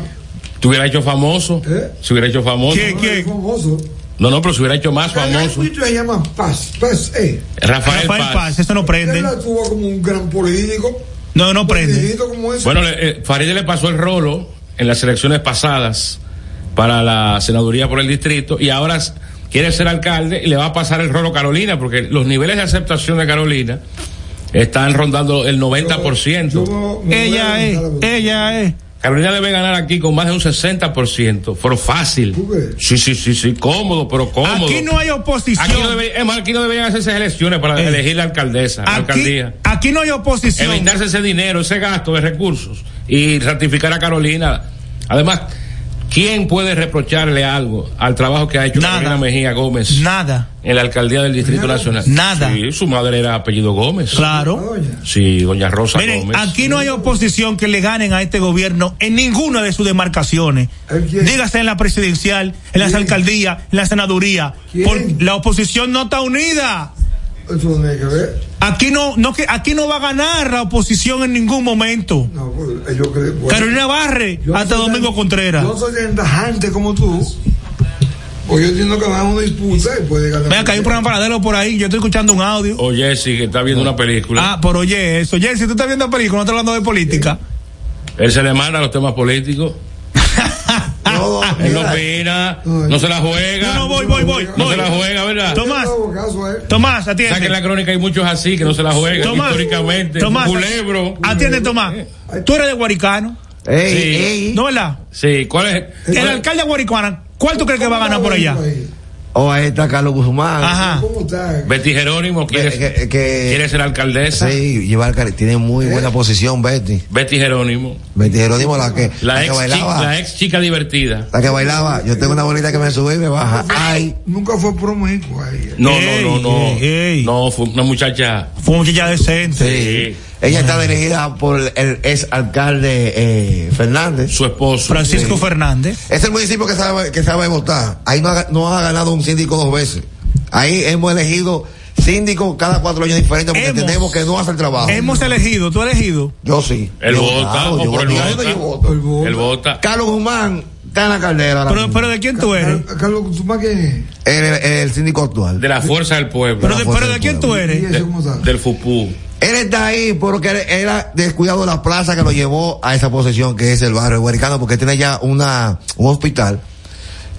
Speaker 7: Te hubiera hecho famoso.
Speaker 8: ¿Eh?
Speaker 7: Se hubiera hecho famoso.
Speaker 5: ¿Quién?
Speaker 8: Es
Speaker 5: ¿Quién?
Speaker 8: famoso.
Speaker 7: No, no, pero se hubiera hecho más famoso.
Speaker 8: Hay un se llama Paz. Paz, eh.
Speaker 7: Rafael,
Speaker 5: Rafael
Speaker 7: Paz.
Speaker 5: Paz, eso no prende.
Speaker 8: Él actuó como un gran político.
Speaker 5: No, no prende.
Speaker 8: Político como ese.
Speaker 7: Bueno, le- eh, Farideh le pasó el rolo en las elecciones pasadas para la senaduría por el distrito y ahora s- quiere ser alcalde y le va a pasar el rolo a Carolina porque los niveles de aceptación de Carolina están rondando el 90%.
Speaker 8: Yo no- no voy
Speaker 5: Ella
Speaker 8: a
Speaker 5: es,
Speaker 8: dejar la-
Speaker 5: ella es.
Speaker 7: Carolina debe ganar aquí con más de un 60%. Pero fácil.
Speaker 8: ¿Tú ves?
Speaker 7: Sí, sí, sí, sí. Cómodo, pero cómodo.
Speaker 5: Aquí no hay oposición.
Speaker 7: Aquí no, debe- es más, aquí no deberían hacerse elecciones para
Speaker 5: Eh.
Speaker 7: elegir la alcaldesa, la
Speaker 5: Aquí,
Speaker 7: alcaldía.
Speaker 5: aquí no hay oposición.
Speaker 7: Evitarse ese dinero, ese gasto de recursos y ratificar a Carolina. Además, ¿quién puede reprocharle algo al trabajo que ha hecho
Speaker 5: Nada.
Speaker 7: Carolina Mejía Gómez
Speaker 5: Nada.
Speaker 7: en la alcaldía del Distrito Nacional?
Speaker 5: Nada.
Speaker 7: Sí, su madre era apellido Gómez.
Speaker 5: Claro.
Speaker 8: Doña.
Speaker 7: Sí, doña Rosa
Speaker 5: Miren,
Speaker 7: Gómez.
Speaker 5: aquí no hay oposición que le ganen a este gobierno en ninguna de sus demarcaciones.
Speaker 8: ¿El quién?
Speaker 5: Dígase en la presidencial, en las
Speaker 8: ¿Quién?
Speaker 5: alcaldías, en la senaduría.
Speaker 8: ¿Quién?
Speaker 5: Por- la oposición no está unida.
Speaker 8: Eso no tiene que ver.
Speaker 5: Aquí no, no, que- aquí no va a ganar la oposición en ningún momento.
Speaker 8: No, pues, yo creo. bueno.
Speaker 5: Carolina Barre
Speaker 8: Yo no
Speaker 5: hasta
Speaker 8: soy tan-
Speaker 5: Domingo Contreras.
Speaker 8: Yo soy tan tajante como tú. Porque yo entiendo que van a una disputa y puede ganar.
Speaker 5: Venga, que hay un programa paradero por ahí. Yo estoy escuchando un audio.
Speaker 7: O Jessy, que está viendo una película.
Speaker 5: Ah, pero oye eso. Jesse, tú estás viendo película, no estás hablando de política.
Speaker 7: Él se le manda a los temas
Speaker 5: (laughs)
Speaker 7: políticos.
Speaker 8: No, no,
Speaker 7: Él no
Speaker 8: mira,
Speaker 7: opina,
Speaker 8: Ay.
Speaker 7: no se la juega.
Speaker 5: No, no, voy, voy, voy.
Speaker 7: No
Speaker 5: voy.
Speaker 7: se la juega, ¿verdad? O
Speaker 5: Toma- Tomás.
Speaker 8: yo no hago caso a él.
Speaker 5: Tomás,
Speaker 7: sea que en la
Speaker 5: atiende.
Speaker 7: crónica hay muchos así que no se la juegan
Speaker 5: Tomás,
Speaker 7: históricamente.
Speaker 5: Tomás,
Speaker 7: Culebro.
Speaker 5: atiende, Tomás. Tú eres de Guaricano,
Speaker 6: Ey,
Speaker 7: Sí.
Speaker 6: ey.
Speaker 5: ¿no verdad?
Speaker 7: Sí, ¿cuál es?
Speaker 5: El alcalde de Guaricana, ¿cuál tú crees que va a ganar por allá?
Speaker 6: O ahí está Carlos Guzmán.
Speaker 5: Ajá.
Speaker 8: ¿Cómo está?
Speaker 7: Betty Jerónimo quiere,
Speaker 6: Que- que- que-
Speaker 7: quiere ser alcaldesa.
Speaker 6: Sí, llevar cari- tiene muy
Speaker 8: Eh.
Speaker 6: buena posición, Betty.
Speaker 7: Betty Jerónimo.
Speaker 6: Betty Jerónimo, la que, la
Speaker 7: La
Speaker 6: que
Speaker 7: ex, chi-
Speaker 6: bailaba.
Speaker 7: la ex chica divertida.
Speaker 6: La que bailaba. Yo tengo una bolita que me sube y me baja. Ay.
Speaker 8: Nunca fue promiscua ella.
Speaker 7: No,
Speaker 5: Ey,
Speaker 7: no, no, no.
Speaker 5: ey, ey.
Speaker 7: No, fue una muchacha.
Speaker 5: Fue un muchacha decente.
Speaker 7: Sí.
Speaker 6: Ella está dirigida por el ex alcalde eh, Fernández.
Speaker 7: Su esposo.
Speaker 5: Francisco Fernández.
Speaker 6: Es el municipio que sabe, que sabe votar. Ahí no ha, no ha ganado un síndico dos veces. Ahí hemos elegido síndicos cada cuatro años diferentes porque
Speaker 5: Hemos.
Speaker 6: entendemos que no hace el trabajo.
Speaker 5: Hemos elegido, tú has elegido.
Speaker 6: Yo sí.
Speaker 7: El
Speaker 6: Yo
Speaker 7: vota,
Speaker 6: votado,
Speaker 7: o
Speaker 6: yo
Speaker 7: por el
Speaker 6: votado,
Speaker 7: vota.
Speaker 6: yo voto.
Speaker 8: El voto.
Speaker 7: Él vota.
Speaker 6: Carlos Guzmán está en la caldera. ahora
Speaker 5: Pero,
Speaker 6: mismo.
Speaker 5: pero ¿de quién tú eres?
Speaker 8: Car- Carlos, ¿tú más quién
Speaker 6: El, el- el síndico actual.
Speaker 7: De la fuerza del pueblo.
Speaker 5: Pero de, pero ¿de quién tú
Speaker 8: es? ¿Y
Speaker 5: eres?
Speaker 8: eso cómo está?
Speaker 7: Del FUPU.
Speaker 6: Él está ahí porque él- él ha descuidado la plaza que lo llevó a esa posición que es el barrio de Huericano, porque tiene ya una, un hospital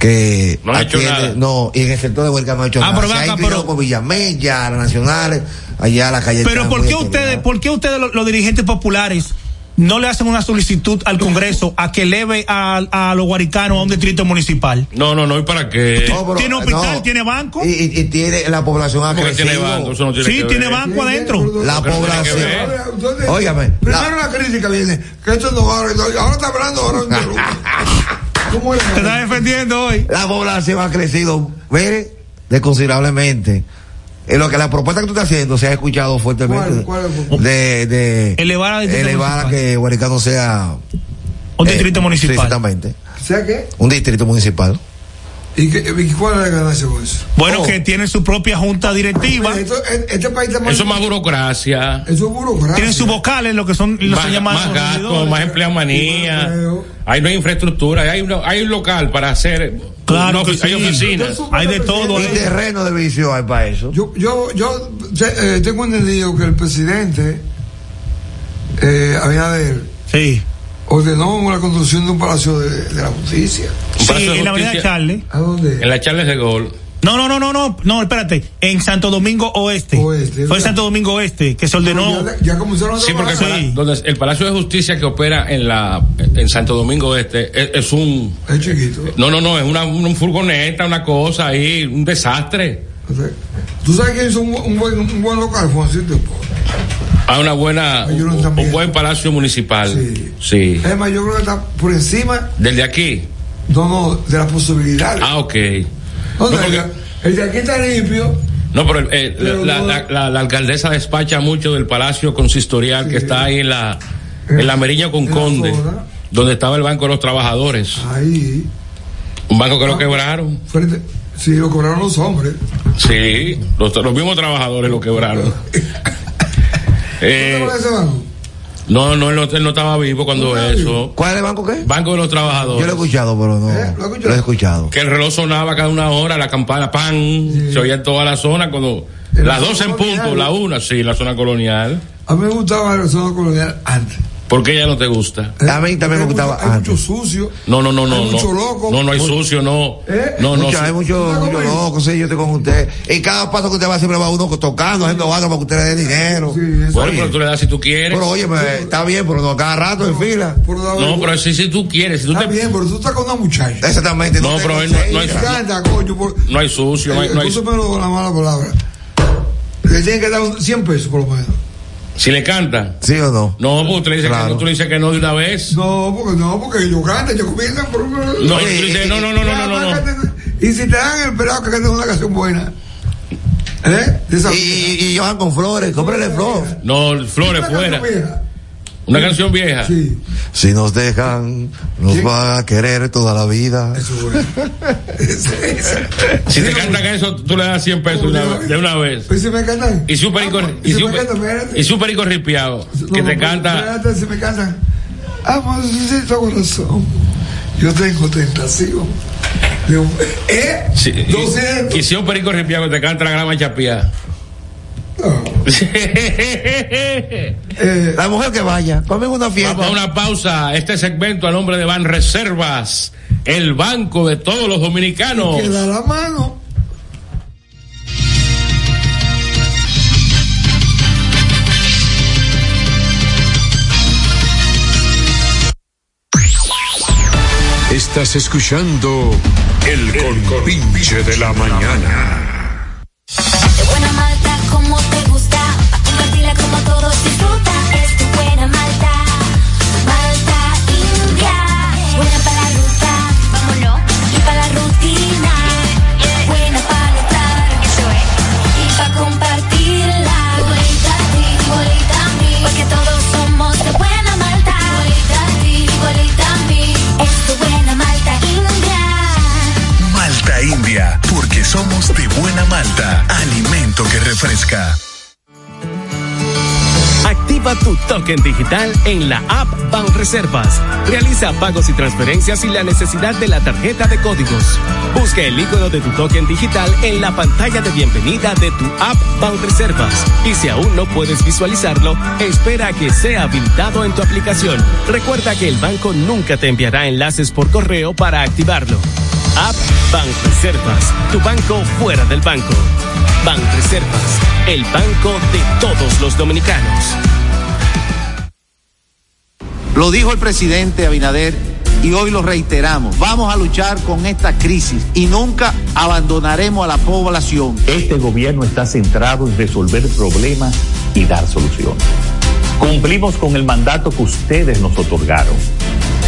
Speaker 6: que
Speaker 7: No ha hecho nada.
Speaker 6: no, y en el sector de Huericano no ha hecho
Speaker 5: Ah,
Speaker 6: nada.
Speaker 5: pero
Speaker 6: Se ha
Speaker 5: vaca,
Speaker 6: inclinado
Speaker 5: pero-
Speaker 6: por Villamella, las Nacionales, allá a la calle.
Speaker 5: Pero
Speaker 6: está
Speaker 5: ¿por
Speaker 6: muy
Speaker 5: qué
Speaker 6: deteriorada.
Speaker 5: ustedes, por qué ustedes los, los dirigentes populares no le hacen una solicitud al Congreso a que eleve a, a los guaricanos a un distrito municipal.
Speaker 7: No, no, no, ¿y para qué?
Speaker 6: No, pero-
Speaker 5: ¿Tiene hospital?
Speaker 6: no.
Speaker 5: ¿Tiene banco?
Speaker 6: Y, y- y tiene la población ha
Speaker 7: ¿Cómo que tiene
Speaker 6: crecido.
Speaker 7: banco? Eso no tiene
Speaker 5: sí,
Speaker 7: que
Speaker 5: tiene
Speaker 7: ver.
Speaker 5: banco adentro.
Speaker 6: La
Speaker 7: Pero tiene que
Speaker 6: población.
Speaker 7: ver.
Speaker 8: Ahora, entonces,
Speaker 6: Óigame,
Speaker 8: Primero
Speaker 6: la-
Speaker 8: la crítica viene. Que esto no ahora, ahora está hablando, ahora no interrumpe. ¿Cómo es?
Speaker 5: Te está defendiendo hoy.
Speaker 6: La población ha crecido, mire, de considerablemente. En lo que la propuesta que tú estás haciendo se ha escuchado fuertemente.
Speaker 8: ¿Cuál- cuál?
Speaker 6: de, de
Speaker 5: Elevar a la distrito
Speaker 6: elevar a
Speaker 5: municipal.
Speaker 6: que Huaricano sea
Speaker 5: Un
Speaker 6: eh,
Speaker 5: distrito
Speaker 6: sí,
Speaker 5: municipal.
Speaker 6: exactamente.
Speaker 8: O sea que.
Speaker 6: Un distrito municipal.
Speaker 8: ¿Y, qué- y cuál es la ganancia con eso?
Speaker 5: Bueno,
Speaker 6: Oh.
Speaker 5: que tiene su propia junta directiva.
Speaker 8: Mira, esto- e- este país está mal.
Speaker 7: Eso es más burocracia.
Speaker 8: Eso es burocracia.
Speaker 5: Tienen sus vocales, lo que son los
Speaker 7: Más,
Speaker 5: llamados.
Speaker 7: más gastos,
Speaker 5: consumidores.
Speaker 7: más empleamanía.
Speaker 8: Empleo.
Speaker 7: Ahí no hay infraestructura. Hay, una- hay un local para hacer.
Speaker 5: Claro
Speaker 7: una
Speaker 5: que
Speaker 7: ofi-
Speaker 5: sí.
Speaker 7: Hay oficinas.
Speaker 8: Yo
Speaker 5: Hay de todo. ¿eh?
Speaker 6: Y
Speaker 5: ahí.
Speaker 6: terreno de vicio hay para eso.
Speaker 8: Yo, yo, yo te- eh, tengo entendido que el presidente eh, Abinader
Speaker 5: Sí.
Speaker 8: ordenó la construcción de un palacio de, de la justicia.
Speaker 7: Un
Speaker 5: Sí,
Speaker 7: palacio de
Speaker 5: en la avenida
Speaker 7: justicia.
Speaker 5: Charlie.
Speaker 8: ¿A dónde?
Speaker 7: En la charla de gol.
Speaker 5: No, no, no, no, no, no, espérate. En Santo Domingo Oeste.
Speaker 8: Oeste,
Speaker 5: Fue en
Speaker 8: ¿verdad? Ah,
Speaker 5: Santo Domingo Oeste que se ordenó.
Speaker 8: Ya, ya comenzaron a
Speaker 7: Sí, porque el,
Speaker 8: trabajar.
Speaker 5: Sí.
Speaker 7: pala- donde es- el Palacio de Justicia que opera en la en Santo Domingo Este es, es un
Speaker 8: Es chiquito.
Speaker 7: no no no es una un furgoneta una cosa ahí un desastre
Speaker 8: O sea, ¿Tú sabes que hizo un, un buen, un buen local, Juancito?
Speaker 7: hay una buena
Speaker 8: Hay uno
Speaker 7: un,
Speaker 8: también.
Speaker 7: buen palacio municipal
Speaker 8: Sí.
Speaker 7: sí,
Speaker 8: Es más, yo creo que está por encima
Speaker 7: del de aquí
Speaker 8: no, no, de las posibilidades.
Speaker 7: ah ok
Speaker 8: O
Speaker 7: no,
Speaker 8: sea,
Speaker 7: porque-
Speaker 8: El de aquí está limpio.
Speaker 7: no, pero eh,
Speaker 8: Pero
Speaker 7: la,
Speaker 8: no-
Speaker 7: la- la- la alcaldesa despacha mucho del palacio consistorial que está ahí en la en la Meriña con
Speaker 8: Eh, En la
Speaker 7: Conde
Speaker 8: zona.
Speaker 7: donde estaba el banco de los trabajadores
Speaker 8: Ahí.
Speaker 7: un banco que lo quebraron
Speaker 8: Frente. Sí, lo cobraron los hombres.
Speaker 7: Sí, los, los mismos trabajadores lo
Speaker 8: (laughs)
Speaker 7: quebraron.
Speaker 8: ¿Qué
Speaker 7: Eh,
Speaker 8: te parece, mano?
Speaker 7: no, no, él no, él no estaba vivo cuando eso.
Speaker 6: ¿Cuál es el banco qué?
Speaker 7: Banco de los
Speaker 6: Yo lo he
Speaker 7: Trabajadores.
Speaker 6: escuchado, pero no.
Speaker 8: ¿Eh? ¿Lo has escuchado?
Speaker 6: Lo he escuchado.
Speaker 7: Que el reloj sonaba cada una hora, la campana, pan, se oía en toda la zona cuando...
Speaker 8: En la
Speaker 7: las
Speaker 8: zona
Speaker 7: 12 en
Speaker 8: colonial.
Speaker 7: punto, la una, sí, la zona colonial.
Speaker 8: A mí me gustaba la zona colonial antes.
Speaker 7: ¿Por qué ya no te gusta?
Speaker 6: A mí también me
Speaker 8: Hay mucho-
Speaker 6: gustaba
Speaker 8: Hay
Speaker 6: antes.
Speaker 8: mucho sucio.
Speaker 7: No, no, no, no.
Speaker 8: Hay
Speaker 7: no.
Speaker 8: mucho loco.
Speaker 7: No, no hay sucio, no.
Speaker 8: ¿Eh?
Speaker 7: No, no.
Speaker 6: Mucha-
Speaker 7: sí.
Speaker 6: hay muchos
Speaker 8: ¿Está
Speaker 6: mucho
Speaker 8: conmigo?
Speaker 6: locos, sí, yo estoy con usted. Y cada paso que usted va siempre va uno tocando, haciendo vaga para que usted le dé dinero.
Speaker 8: Sí, eso.
Speaker 7: Bueno, pero tú le das si tú quieres.
Speaker 6: Pero oye, me- está bien, pero no cada rato en fila.
Speaker 8: Por la-
Speaker 7: No, pero sí, si tú quieres. Si tú
Speaker 8: Está
Speaker 7: te-
Speaker 8: bien, pero tú estás con una muchacha.
Speaker 6: Exactamente.
Speaker 7: No,
Speaker 6: te
Speaker 7: pero él no- no
Speaker 8: Me
Speaker 6: conseguirá.
Speaker 7: es-
Speaker 8: encanta, coño. Por...
Speaker 7: No hay sucio, no hay... no hay-
Speaker 8: Escúchame lo- la mala palabra. Le tienen que dar un 100 pesos por lo menos.
Speaker 7: Si le canta.
Speaker 6: ¿Sí o no?
Speaker 7: No, pues tú le dices
Speaker 6: Claro.
Speaker 7: que no, tú le dices que no de una vez.
Speaker 8: No, porque no, porque ellos cantan, ellos comienzan por Eh,
Speaker 7: No,
Speaker 6: Oye,
Speaker 7: tú dices,
Speaker 6: y-
Speaker 7: no, no, no, no, no, no, no.
Speaker 8: Y si te dan el pelado que cantes una canción buena. ¿Eh? De esa
Speaker 6: Y, y, y Johan con flores, cómprele flores.
Speaker 7: No, Flores
Speaker 8: Una canción
Speaker 7: fuera.
Speaker 8: vieja.
Speaker 7: Una (laughs) canción vieja.
Speaker 8: Sí,
Speaker 6: Si nos dejan, nos
Speaker 8: Sí.
Speaker 6: va a querer toda la vida.
Speaker 8: eso
Speaker 6: (laughs)
Speaker 8: es bueno.
Speaker 7: Si te cantan eso, tú le das 100 pesos una- de una vez.
Speaker 8: ¿Y si me cantan?
Speaker 7: Y súper
Speaker 8: Amo,
Speaker 7: incorri-
Speaker 8: ¿Y
Speaker 7: y
Speaker 8: si me cantan?
Speaker 7: súper
Speaker 8: Espérate.
Speaker 7: y súper incorripiado.
Speaker 8: No,
Speaker 7: Que
Speaker 8: no,
Speaker 7: te
Speaker 8: no,
Speaker 7: canta.
Speaker 8: espérate, si me cantan. Amorcito corazón. Yo tengo tentación. Digo, ¿Eh?
Speaker 7: Sí, y,
Speaker 8: 200.
Speaker 7: y súper incorripiado que te canta la grama chapía.
Speaker 8: No, eh,
Speaker 6: La mujer que vaya, conmigo una
Speaker 7: Vamos
Speaker 6: fiesta.
Speaker 7: a una pausa. Este segmento a nombre de Van Reservas, el banco de todos los dominicanos.
Speaker 8: que da la mano.
Speaker 4: Estás escuchando El, Compinche de la Mañana.
Speaker 2: De buena malta como te gusta, pa compartirla como todos disfrutan. Es tu buena malta, malta india. Buena para la ruta, vámonos. Y para la rutina, buena para notar. Eso es. Y para compartirla, igualita a ti, igualita a mí. Porque todos somos de buena malta, igualita a ti, igualita a mí. Es tu buena malta india.
Speaker 10: Malta India, porque somos de buena malta, alimento que refresca.
Speaker 11: Activa tu token digital en la app Banreservas. Realiza pagos y transferencias sin la necesidad de la tarjeta de códigos. Busca el icono de tu token digital en la pantalla de bienvenida de tu app Banreservas. Y si aún no puedes visualizarlo, espera a que sea habilitado en tu aplicación. Recuerda que el banco nunca te enviará enlaces por correo para activarlo. App Banreservas, tu banco fuera del banco. Banreservas, el banco de todos los dominicanos.
Speaker 12: Lo dijo el presidente Abinader y hoy lo reiteramos. Vamos a luchar con esta crisis y nunca abandonaremos a la población.
Speaker 13: Este gobierno está centrado en resolver problemas y dar soluciones. Cumplimos con el mandato que ustedes nos otorgaron.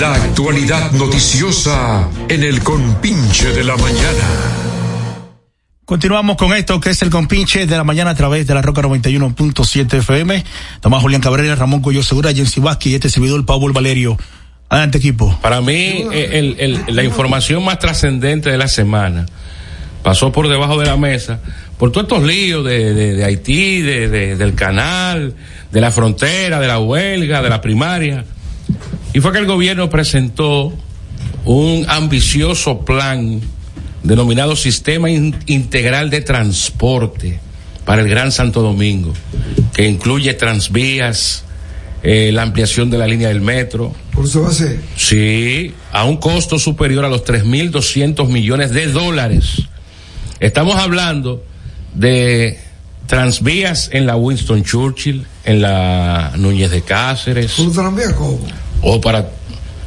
Speaker 4: La actualidad noticiosa en el compinche de la mañana.
Speaker 5: Continuamos con esto que es el compinche de la mañana a través de la Roca 91.7 FM. Tomás Julián Cabrera, Ramón Coyo Segura, Jensi Vázquez y este servidor Pablo Valerio. Adelante equipo.
Speaker 7: Para mí, eh, el- el- el- la información más trascendente de la semana pasó por debajo de la mesa por todos estos líos de, de- de Haití, de- de- del canal, de la frontera, de la huelga, de la primaria. Y fue que el gobierno presentó un ambicioso plan denominado Sistema In- Integral de Transporte para el Gran Santo Domingo, que incluye transvías, eh, la ampliación de la línea del metro,
Speaker 8: Por eso va a ser.
Speaker 7: Sí, a un costo superior a los 3.200 millones de dólares. Estamos hablando de transvías en la Winston Churchill, en la Núñez de Cáceres. O para,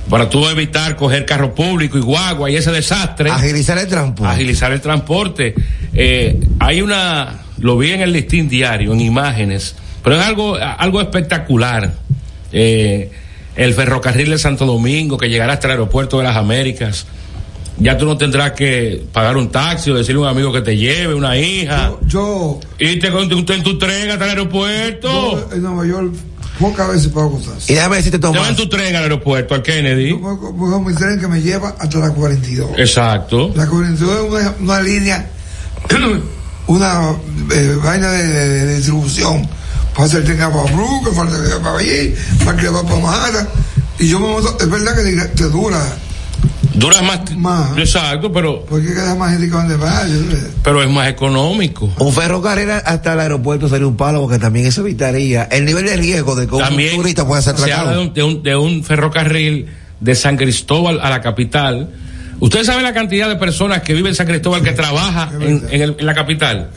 Speaker 7: para tú evitar coger carro público y guagua y ese desastre.
Speaker 6: Agilizar el transporte.
Speaker 7: Agilizar el transporte. Eh, hay una, lo vi en el listín diario, en imágenes, pero es algo, algo espectacular. Eh, el ferrocarril de Santo Domingo que llegará hasta el aeropuerto de las Américas. Ya tú no tendrás que pagar un taxi o decirle a un amigo que te lleve, una hija.
Speaker 8: Yo.
Speaker 7: Y te con- usted en tu tren hasta el aeropuerto.
Speaker 8: Yo en Nueva York pocas veces pago con taxi.
Speaker 7: Y déjame decirte, Tomás. Te vas en tu tren al aeropuerto, al Kennedy.
Speaker 8: Yo cojo- cojo mi tren que me lleva hasta la 42.
Speaker 7: Exacto.
Speaker 8: La 42 es una, una línea, (clears throat) una eh, vaina de, de- de distribución. Pasa el tren a Pabruca, falta que va para allí, para que va para Manhattan. Y yo me monto, es verdad que te, te dura. ¿eh?
Speaker 7: Duras más, Exacto, pero.
Speaker 8: Porque queda más gente que van de valle.
Speaker 7: Pero es más económico.
Speaker 6: Un ferrocarril hasta el aeropuerto sería un palo porque también eso evitaría el nivel de riesgo de que un
Speaker 7: También
Speaker 6: turista pueda ser
Speaker 7: se habla de
Speaker 6: atracado.
Speaker 7: un, de un- de un ferrocarril de San Cristóbal a la capital. Ustedes saben la cantidad de personas que viven en San Cristóbal, que trabaja en, en el- en la capital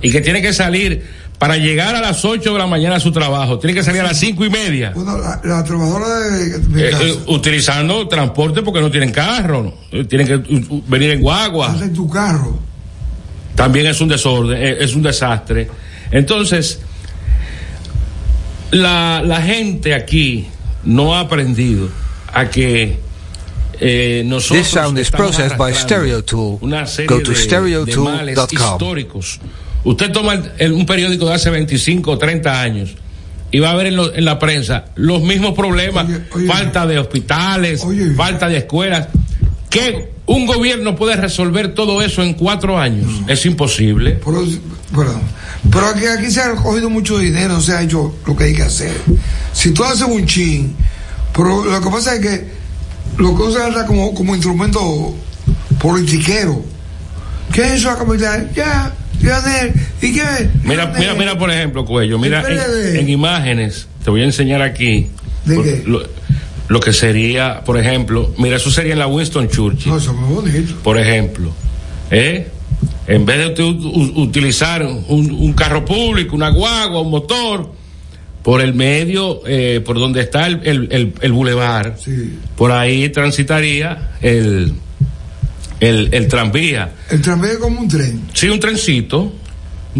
Speaker 7: y que tienen que salir para llegar a las 8 de la mañana a su trabajo. Tienen que salir a las cinco y media.
Speaker 8: Bueno, la, la trabajadora de mi
Speaker 7: eh,
Speaker 8: casa,
Speaker 7: eh, utilizando transporte porque no tienen carro, ¿no? Eh, tienen que uh, uh, venir en guagua.
Speaker 8: en tu carro.
Speaker 7: también es un desorden, eh, es un desastre. Entonces, la, la gente aquí no ha aprendido a que eh, nosotros
Speaker 14: This sound is
Speaker 7: estamos
Speaker 14: processed by
Speaker 7: arrastrando
Speaker 14: StereoTool.
Speaker 7: una serie
Speaker 14: Go to
Speaker 7: de- de
Speaker 14: stereotool
Speaker 7: males
Speaker 14: dot com.
Speaker 7: históricos. Usted toma el- el- un periódico de hace 25 o 30 años y va a ver en, lo- en la prensa los mismos problemas, falta de hospitales, falta de escuelas. ¿Qué un gobierno puede resolver todo eso en cuatro años? Es imposible.
Speaker 8: Perdón. Pero aquí, aquí se ha cogido mucho dinero, no se ha hecho lo que hay que hacer. Si tú haces un chin, pero lo que pasa es que lo que usan es como, como instrumento politiquero. ¿Qué hizo la capital? Ya, ya, de- ¿y qué?
Speaker 7: Mira, mira, mira, por ejemplo, Cuello, mira, en, en imágenes, te voy a enseñar aquí por- lo, lo que sería, por ejemplo, mira, eso sería en la Winston Churchill. Por ejemplo, ¿eh? En vez de tú u- utilizar un, un carro público, una guagua, un motor, por el medio, eh, por donde está el, el, el- el bulevar, por ahí transitaría el, el, el tranvía.
Speaker 8: El tranvía es como un tren.
Speaker 7: Sí, un trencito.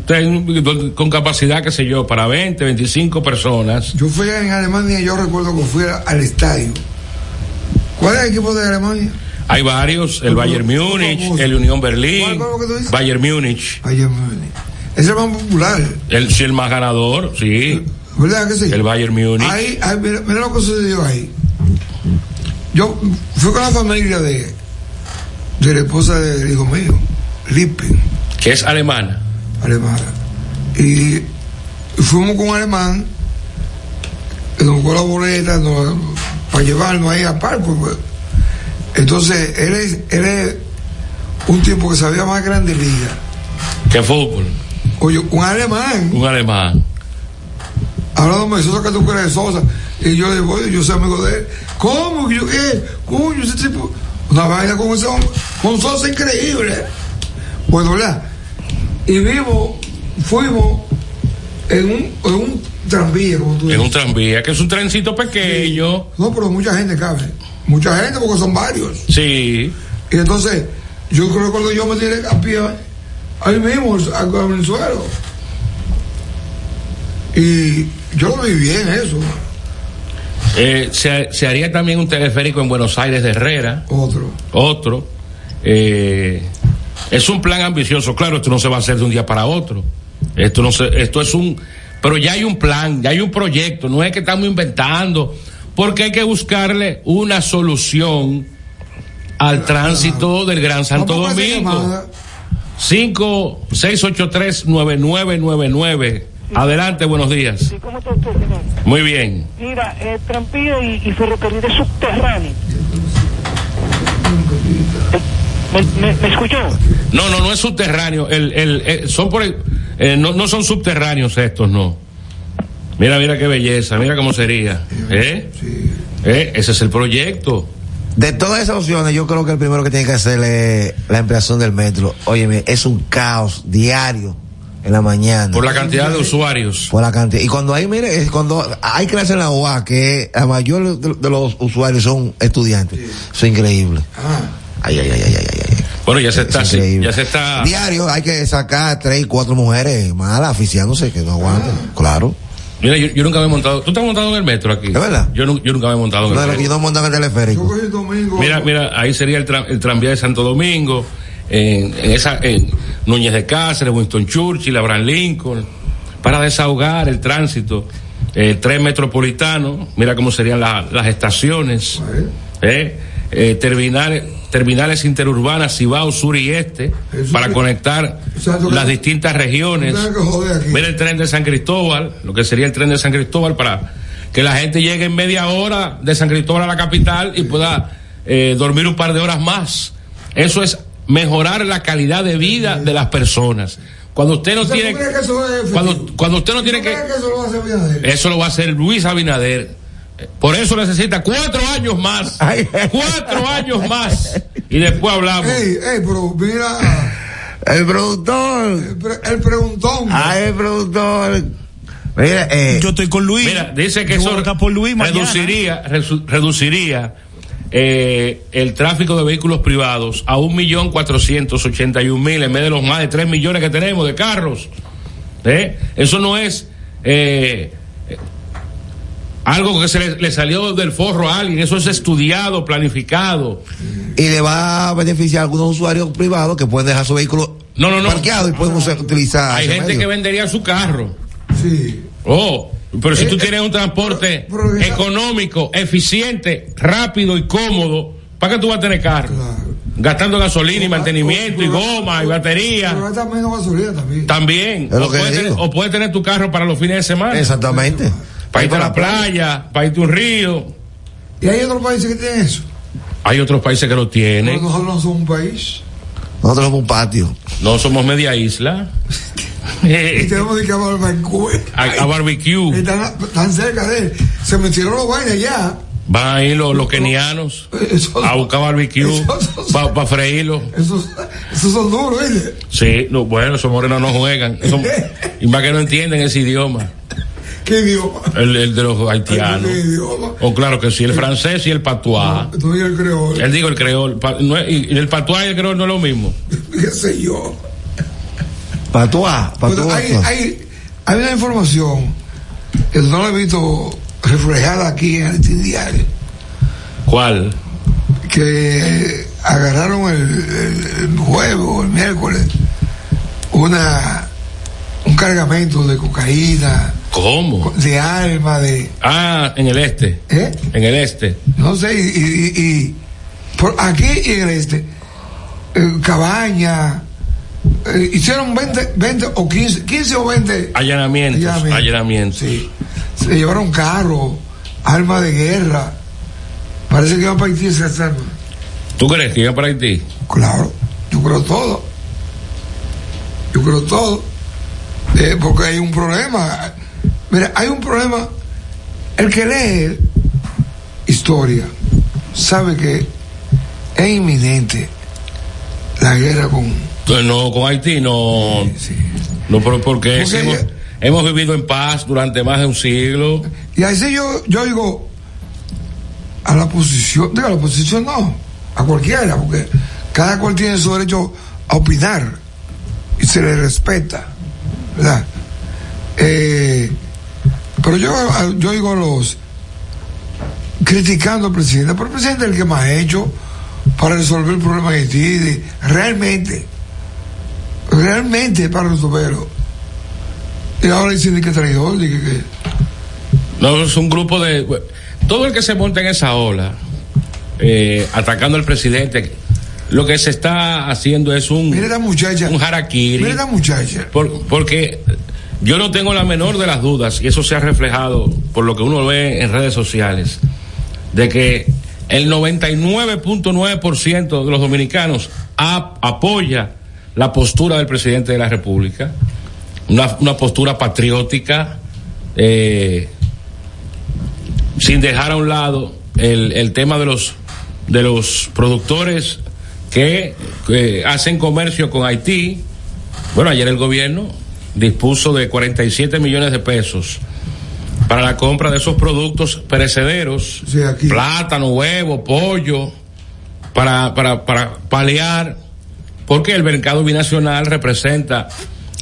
Speaker 7: ten- con capacidad, qué sé yo, para 20, 25 personas.
Speaker 8: Yo fui en Alemania, yo recuerdo que fui al estadio. ¿Cuál es el equipo de Alemania?
Speaker 7: Hay varios, el Bayern Múnich, el Unión Berlín, Bayern Múnich.
Speaker 8: Es el más popular.
Speaker 7: El, sí, el más ganador, sí.
Speaker 8: ¿Verdad que sí?
Speaker 7: El Bayern Múnich.
Speaker 8: Ahí, ahí, mira, mira lo que sucedió ahí. Yo fui con la familia de, de la esposa del hijo mío, Lippe,
Speaker 7: que es alemana.
Speaker 8: alemana. Y fuimos con un alemán, que nos fue la boleta nos- para llevarnos ahí al parque. pues. Entonces, él es, él es un tipo que sabía más grande liga.
Speaker 7: ¿Qué fútbol?
Speaker 8: Oye, un alemán.
Speaker 7: Un alemán.
Speaker 8: Hablándome de Sosa, que tú crees de Sosa. Y yo le digo, oye, yo soy amigo de él. ¿Cómo? que yo qué? Coño, ese tipo. Una vaina con ese hombre. Con Sosa increíble. Bueno, ¿verdad? Y vimos, fuimos en un, en un tranvía, como tú
Speaker 7: Es
Speaker 8: dices.
Speaker 7: un tranvía, que es un trencito pequeño.
Speaker 8: No, pero mucha gente cabe. Mucha gente, porque son varios.
Speaker 7: Sí.
Speaker 8: Y entonces, yo creo que cuando yo me tiré a pie, ahí mismo, en el suelo. Y yo lo vi bien eso.
Speaker 7: Eh, se, se haría también un teleférico en Buenos Aires de Herrera.
Speaker 8: Otro.
Speaker 7: Otro. Eh, es un plan ambicioso. Claro, esto no se va a hacer de un día para otro. Esto no se, esto es un, pero ya hay un plan, ya hay un proyecto. No es que estamos inventando, porque hay que buscarle una solución al tránsito del Gran Santo
Speaker 8: Vamos con esa
Speaker 7: Domingo.
Speaker 8: llamada.
Speaker 7: 5 683 9999. Adelante, buenos días.
Speaker 14: ¿Cómo está usted, señor?
Speaker 7: Muy bien.
Speaker 14: Mira, el trampío y, y ferrocarril es subterráneo. ¿Me, me, me escuchó?
Speaker 7: No, no, no es subterráneo. El, el, eh, son por el- eh, no, no son subterráneos estos, no. Mira, mira qué belleza, mira cómo sería. ¿Eh? ¿Eh? Ese es el proyecto.
Speaker 6: De todas esas opciones, yo creo que el primero que tiene que hacer es la ampliación del metro. Óyeme, es un caos diario en la mañana.
Speaker 7: Por la cantidad de usuarios.
Speaker 6: Por la cantidad. Y cuando hay, mire, es cuando hay clases en la UA, que la mayor de de los usuarios son estudiantes. Eso es increíble. Ay, ay, ay, ay, ay, ay, ay.
Speaker 7: Bueno, ya se está, sí,
Speaker 6: increíble.
Speaker 7: ya se
Speaker 6: Ah.
Speaker 7: está.
Speaker 6: Diario hay que sacar tres, cuatro mujeres malas, aficiándose, que no aguantan. Claro.
Speaker 7: Mira, yo, yo nunca me he montado. ¿Tú te has montado en el metro aquí? verdad? Yo, nu- yo nunca me he montado en
Speaker 6: No,
Speaker 7: el
Speaker 6: lo que yo
Speaker 7: metro.
Speaker 6: no montan el teleférico.
Speaker 8: Hoy es domingo.
Speaker 7: Mira, mira, ahí sería el, tra- el tranvía de Santo Domingo, en, en esa, en Núñez de Cáceres, Winston Churchill, Abraham Lincoln, para desahogar el tránsito, eh, tren metropolitano, mira cómo serían la- las estaciones, eh, eh, terminales, terminales interurbanas, Cibao, Sur y Este, para conectar las distintas regiones.
Speaker 8: Tengo que joder aquí.
Speaker 7: Mira el tren de San Cristóbal, lo que sería el tren de San Cristóbal para que la gente llegue en media hora de San Cristóbal a la capital y pueda eh, dormir un par de horas más. Eso es mejorar la calidad de vida de las personas. Cuando usted no
Speaker 8: ¿Usted
Speaker 7: tiene
Speaker 8: cree que eso es
Speaker 7: cuando, cuando usted no tiene que
Speaker 8: ¿Cree que eso lo hace bien?
Speaker 7: eso lo va a hacer Luis Abinader. Por eso necesita cuatro años más. Cuatro años más. Y después hablamos.
Speaker 8: Ey, ey, pero mira.
Speaker 6: El productor.
Speaker 8: El, pre- el preguntón.
Speaker 6: Ah, el productor. Mira, eh,
Speaker 5: Yo estoy con Luis.
Speaker 7: Mira, dice que
Speaker 5: Yo
Speaker 7: eso
Speaker 5: voy a votar por Luis mañana.
Speaker 7: reduciría, resu- reduciría eh, el tráfico de vehículos privados a un millón cuatrocientos ochenta y un mil en vez de los más de tres millones que tenemos de carros. ¿Eh? Eso no es eh, eh, algo que se le, le salió del forro a alguien. Eso es estudiado, planificado.
Speaker 6: y le va a beneficiar a algunos usuarios privados que pueden dejar su vehículo
Speaker 7: No, no, no.
Speaker 6: parqueado y pueden usar- utilizar.
Speaker 7: Hay
Speaker 6: ese
Speaker 7: gente
Speaker 6: medio.
Speaker 7: que vendería su carro.
Speaker 8: Sí. Eh,
Speaker 7: Oh, pero si tú tienes un transporte económico, eficiente, rápido y cómodo, ¿para qué tú vas a tener carro? Gastando gasolina y mantenimiento y goma y
Speaker 8: Pero
Speaker 7: batería.
Speaker 8: gasta menos gasolina también.
Speaker 7: También.
Speaker 6: Es lo
Speaker 7: O
Speaker 6: que
Speaker 7: puedes
Speaker 6: digo.
Speaker 7: tener, o puedes tener tu carro para los fines de semana.
Speaker 6: Exactamente.
Speaker 7: Para irte a la playa, para irte a un río.
Speaker 8: ¿Y hay otros países que tienen eso?
Speaker 7: Hay otros países que lo
Speaker 8: Pero
Speaker 7: tienen.
Speaker 8: nosotros no somos un país.
Speaker 6: Nosotros somos un patio.
Speaker 7: No somos media isla.
Speaker 8: Y tenemos que hablar barbecue.
Speaker 7: Eh. A, a barbecue.
Speaker 8: Están tan cerca de él. Se metieron los bailes ya.
Speaker 7: Van ahí los, los kenianos a buscar barbecue para freírlo.
Speaker 8: Esos, esos son duros, ¿viste?
Speaker 7: Sí, no, bueno, esos morenos no juegan.
Speaker 8: (laughs)
Speaker 7: Son- y más que no entienden ese idioma.
Speaker 8: ¿Qué idioma?
Speaker 7: El, el de los haitianos.
Speaker 8: ¿Qué idioma?
Speaker 7: O claro que sí, el francés y el patuá.
Speaker 8: No yo el creol.
Speaker 7: Él
Speaker 8: (laughs)
Speaker 7: digo el creol. pa- no es- y el patuá y el creol no es lo mismo.
Speaker 8: ¿Qué sé yo?
Speaker 6: Patuá,
Speaker 8: Bueno,
Speaker 6: patuá.
Speaker 8: Pues
Speaker 7: pues.
Speaker 8: hay, hay, hay una información que no la he visto reflejada aquí en el diario.
Speaker 7: ¿Cuál?
Speaker 8: Que agarraron el, el- el jueves o el miércoles una un cargamento de cocaína,
Speaker 7: ¿Cómo?
Speaker 8: de armas, de
Speaker 7: Ah, en el este.
Speaker 8: ¿Eh?
Speaker 7: En el este.
Speaker 8: no sé, y, y- y- y por aquí y en el este, eh, cabaña, eh, hicieron 20, 20 o 15, 15 o 20
Speaker 7: Allanamientos.
Speaker 8: Allanamientos.
Speaker 7: Allanamientos.
Speaker 8: se llevaron carros, armas de guerra. Parece que iban para Haití esas armas.
Speaker 7: ¿Tú crees que iba para Haití?
Speaker 8: Claro, yo creo todo. Yo creo todo. Eh, porque hay un problema. Mira, hay un problema. El que lee historia sabe que es inminente la guerra con.
Speaker 7: Entonces, no, con Haití no. No, pero porque, hemos, hemos vivido en paz durante más de un siglo.
Speaker 8: Y ahí sí yo, yo digo a la oposición, digo a la oposición no, a cualquiera, porque cada cual tiene su derecho a opinar y se le respeta, ¿verdad? Eh, pero yo, yo digo a los criticando al presidente, pero el presidente es el que más ha hecho para resolver el problema de Haití, de- realmente, realmente para resolverlo. Y ahora dicen que traidor, dije que
Speaker 7: No, es un grupo de. Todo el que se monta en esa ola, eh, atacando al presidente, lo que se está haciendo es un. Un harakiri.
Speaker 8: Mira la muchacha.
Speaker 7: Por- porque yo no tengo la menor de las dudas, y eso se ha reflejado por lo que uno ve en redes sociales, de que el 99.9% de los dominicanos ap- apoya la postura del presidente de la República, una, una postura patriótica, eh, sin dejar a un lado el, el tema de los, de los productores que, que hacen comercio con Haití, bueno, ayer el gobierno dispuso de 47 millones de pesos para la compra de esos productos perecederos, plátano, huevo, pollo, para, para, para paliar, porque el mercado binacional representa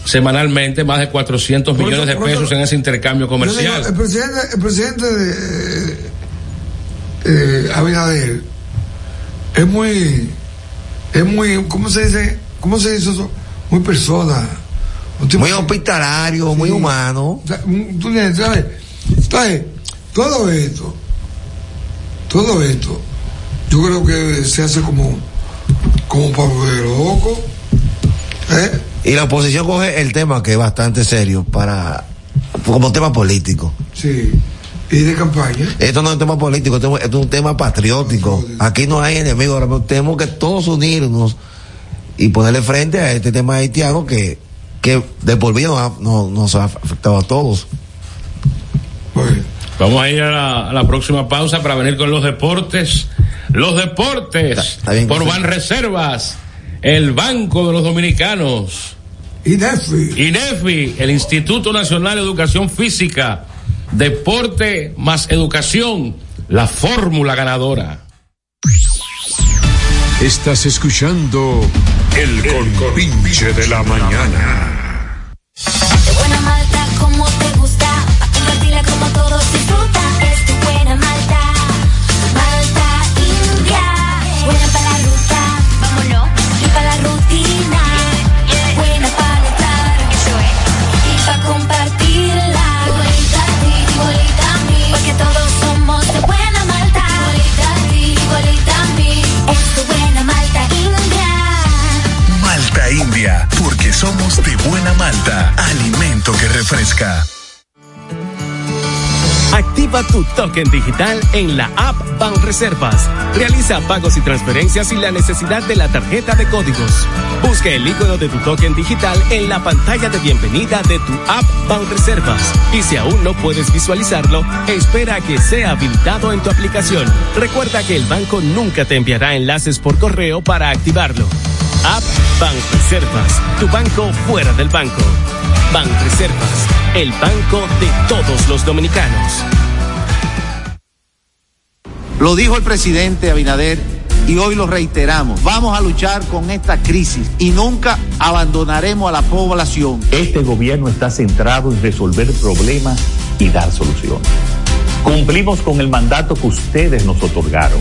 Speaker 7: semanalmente más de 400 millones de pesos en ese intercambio comercial.
Speaker 8: El presidente, el presidente de eh, eh, Abinader es muy, es muy, ¿cómo se dice? ¿Cómo se dice eso? Muy persona. Muy hospitalario, muy humano. Tú tienes, ¿sabes? Entonces, todo esto, todo esto, yo creo que se hace como, como para volver loco. ¿eh?
Speaker 6: Y la oposición coge el tema que es bastante serio para como tema político.
Speaker 8: Sí. Y de campaña.
Speaker 6: Esto no es un tema político, esto esto es un tema patriótico. Aquí no hay enemigos, ahora mismo tenemos que todos unirnos y ponerle frente a este tema haitiano que, que de por vida nos ha, no- nos ha afectado a todos.
Speaker 7: Vamos a ir a la, a la próxima pausa para venir con los deportes. Los deportes por Van Reservas, el Banco de los Dominicanos.
Speaker 8: INEFI.
Speaker 7: INEFI, el Instituto Nacional de Educación Física. Deporte más educación, la fórmula ganadora.
Speaker 4: Estás escuchando El, Compinche de la Mañana.
Speaker 2: buena malta como te gusta, pa' compartirla como todos disfrutan. Es tu buena malta, malta india. Buena para la ruta, vámonos. Y para la rutina, buena para notar. Eso es. Y para compartirla, igualita a ti, igualita a mí. Porque todos somos de buena malta. Igualita a ti, igualita a mí. Es tu buena malta india.
Speaker 10: Malta India, porque somos de buena malta, alimento que refresca.
Speaker 11: Activa tu token digital en la app Banreservas. Realiza pagos y transferencias sin la necesidad de la tarjeta de códigos. Busca el icono de tu token digital en la pantalla de bienvenida de tu app Banreservas. Y si aún no puedes visualizarlo, espera a que sea habilitado en tu aplicación. Recuerda que el banco nunca te enviará enlaces por correo para activarlo. App Banreservas, tu banco fuera del banco. Banreservas, el banco de todos los dominicanos.
Speaker 12: Lo dijo el presidente Abinader y hoy lo reiteramos. Vamos a luchar con esta crisis y nunca abandonaremos a la población.
Speaker 13: Este gobierno está centrado en resolver problemas y dar soluciones. Cumplimos con el mandato que ustedes nos otorgaron.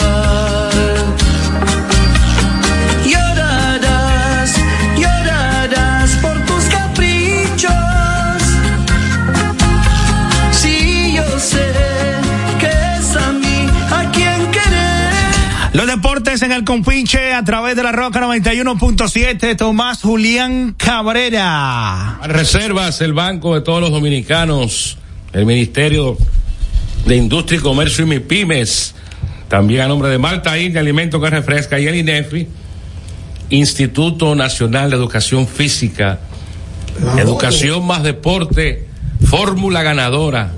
Speaker 15: Llorarás, llorarás por tus caprichos. Si yo sé que es a mí a quien querer.
Speaker 5: Los deportes en el compinche a través de la Roca 91.7, Tomás Julián Cabrera.
Speaker 7: Reservas, el Banco de todos los dominicanos, el Ministerio de Industria y Comercio y MIPIMES, también a nombre de Malta India, Alimento que Refresca y el INEFI, Instituto Nacional de Educación Física, Educación más Deporte, Fórmula Ganadora.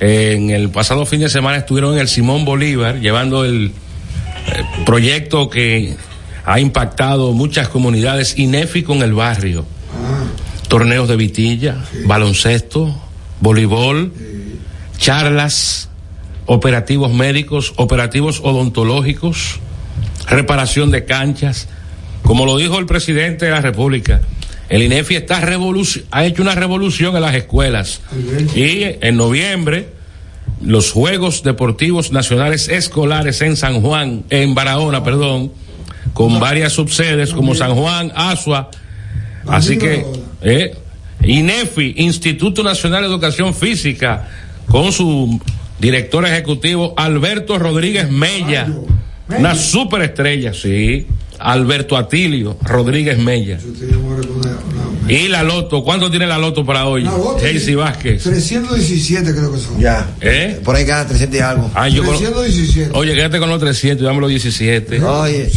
Speaker 7: En el pasado fin de semana estuvieron en el Simón Bolívar llevando el eh, proyecto que ha impactado muchas comunidades, INEFI con el barrio torneos de vitilla, baloncesto, voleibol, charlas, operativos médicos, operativos odontológicos, reparación de canchas. Como lo dijo el presidente de la República, el INEFI está revoluc- ha hecho una revolución en las escuelas. Y en noviembre, los Juegos Deportivos Nacionales Escolares en San Juan, en Barahona, perdón, con varias subsedes como San Juan, Asua, Así que, eh, INEFI, Instituto Nacional de Educación Física, con su director ejecutivo Alberto Rodríguez Mella, una superestrella, sí, Alberto Atilio Rodríguez Mella. Y la Loto, ¿cuánto tiene la Loto para hoy? Jaycee Vázquez.
Speaker 8: 317 creo que son.
Speaker 6: Ya.
Speaker 7: ¿Eh?
Speaker 6: Por ahí gana 300 y algo.
Speaker 7: Ah, yo cono-
Speaker 8: 317.
Speaker 7: Oye, quédate con los 300, dame los 17.
Speaker 6: Oye,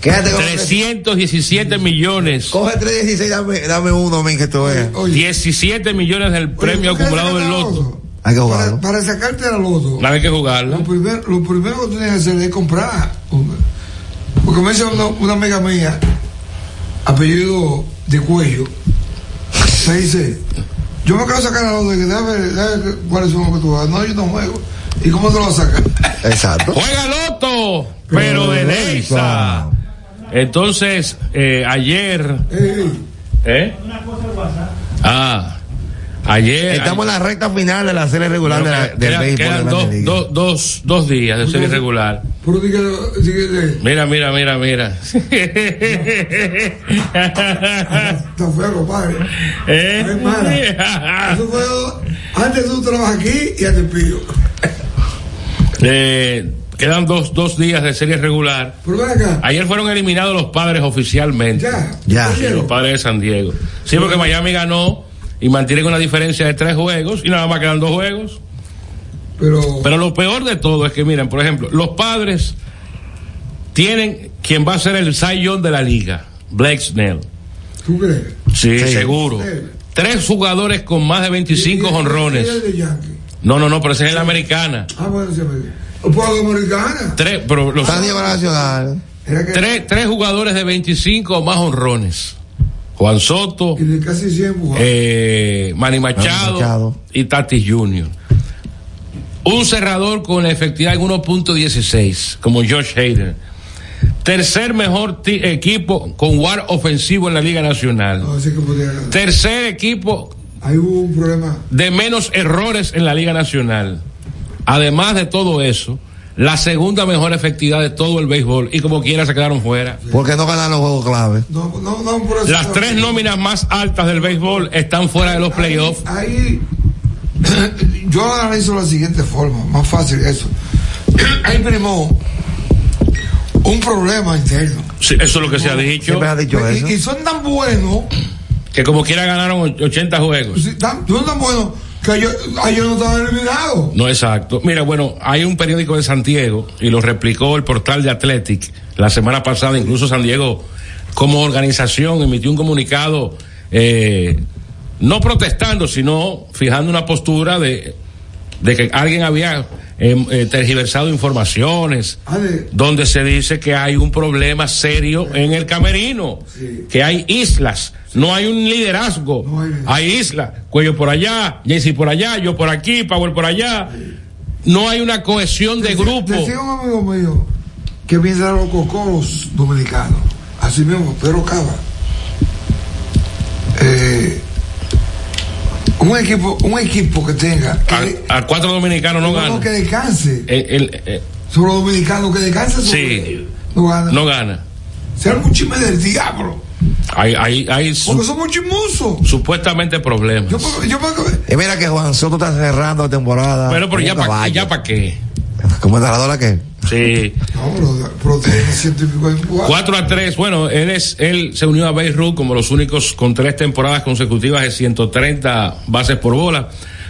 Speaker 6: quédate con los
Speaker 7: 317 millones.
Speaker 6: Coge 316, dame, dame uno, men, que esto es.
Speaker 7: 17 millones del premio acumulado del Loto.
Speaker 6: Hay que jugarlo.
Speaker 8: Para sacarte la loto,
Speaker 7: Nada hay que jugarla.
Speaker 8: lo primero, lo primero que tú tienes que hacer es comprar. Porque me dice una, una amiga mía, apellido de cuello, me dice, yo me quiero sacar la loto, y que déjame, déjame que- cuáles son los que tú vas. No, yo no juego. ¿Y cómo te lo vas a sacar?
Speaker 6: Exacto.
Speaker 7: Juega Loto, pero de (laughs) Leisa. Entonces, eh, ayer. ¿Eh? Ah, ayer.
Speaker 6: Estamos en la recta final de la serie regular de la, del
Speaker 7: Quedan-
Speaker 6: béisbol.
Speaker 7: quedan
Speaker 6: de
Speaker 7: dos,
Speaker 6: Grandes Ligas.
Speaker 7: dos- dos- dos días de serie regular.
Speaker 8: Pero dígale, dígale.
Speaker 7: Mira, mira, mira, mira.
Speaker 8: Está feo, compadre.
Speaker 7: ¿Eh?
Speaker 8: Ay, mala. Eso fue- antes tú trabajas aquí y ya te pido.
Speaker 7: Eh, quedan dos, dos días de serie regular. Ayer fueron eliminados los padres oficialmente.
Speaker 6: Ya.
Speaker 7: Sí, los padres de San Diego. Sí, porque Miami ganó y mantienen una diferencia de tres juegos y nada más quedan dos juegos.
Speaker 8: Pero,
Speaker 7: lo peor de todo es que, miren, por ejemplo, los padres tienen quien va a ser el Cy Young de la liga, Blake Snell.
Speaker 8: ¿Tú crees?
Speaker 7: Sí, seguro. Tres jugadores con más de 25
Speaker 8: Eh, Y el
Speaker 7: honrones.
Speaker 8: de Yankee.
Speaker 7: No, no, no, pero esa es la americana.
Speaker 8: Ah, bueno, se me dio. O por la americana.
Speaker 7: Tres, pero los,
Speaker 6: San Diego Nacional.
Speaker 7: tres, tres jugadores de 25 o más honrones. Juan Soto,
Speaker 8: Y de casi 100 jugadores.
Speaker 7: eh, Manny Machado, y Tatis Jr. Un cerrador con efectividad en 1.16, como Josh Hader. Tercer mejor ti- equipo con war ofensivo en la Liga Nacional.
Speaker 8: Así que podía ganar.
Speaker 7: Tercer equipo
Speaker 8: Ahí hubo un problema. (clears throat)
Speaker 7: de menos errores en la Liga Nacional. Además de todo eso, la segunda mejor efectividad de todo el béisbol y como quiera se quedaron fuera.
Speaker 6: Porque no ganaron juegos clave.
Speaker 8: No, no, por eso-
Speaker 7: Las tres nóminas más altas del béisbol están fuera de los playoffs.
Speaker 8: Ahí yo lo analizo de la siguiente forma, más fácil eso. (clears throat) Ahí primó un problema interno.
Speaker 7: Sí, eso es lo que se ha dicho.
Speaker 8: Pues, y, y son tan buenos,
Speaker 7: Que como quiera ganaron 80 juegos.
Speaker 8: sí, tan- son tan buenos que yo, a ellos no estaban eliminados.
Speaker 7: No, exacto. Mira, bueno, hay un periódico de Santiago y lo replicó el portal de Athletic la semana pasada. Incluso San Diego, como organización, emitió un comunicado eh, no protestando, sino fijando una postura de, de que alguien había eh, eh, tergiversado informaciones, donde se dice que hay un problema serio en el camerino, que hay islas, no hay un liderazgo, hay islas, cuello por allá, Jesse por allá, yo por aquí, Powell por allá, no hay una cohesión de grupo.
Speaker 8: Decía un amigo mío que piensa los cocoros dominicanos. Así mismo, Pedro Cava. Eh, un equipo, un equipo que tenga, que, de-
Speaker 7: A cuatro dominicanos no ganan.
Speaker 8: que descanse,
Speaker 7: El- el- eh,
Speaker 8: sobre los dominicanos, que descanse sobre
Speaker 7: sí,
Speaker 8: no gana.
Speaker 7: no gana.
Speaker 8: Será un chisme del diablo.
Speaker 7: Hay, hay, hay su-
Speaker 8: Porque somos chismosos.
Speaker 7: supuestamente problemas.
Speaker 8: Yo me
Speaker 6: Y mira que Juan Soto está cerrando la temporada.
Speaker 7: Pero, pero
Speaker 6: como
Speaker 7: ya
Speaker 6: un
Speaker 7: para
Speaker 6: caballo.
Speaker 7: ya para qué.
Speaker 6: Como narradora que.
Speaker 7: Sí.
Speaker 8: No, pero, pero
Speaker 7: (laughs)
Speaker 8: tiene ciento y pico de jugadas.
Speaker 7: 4 a 3, bueno, él, es, él se unió a Beirut como los únicos con tres temporadas consecutivas de 130 bases por bola.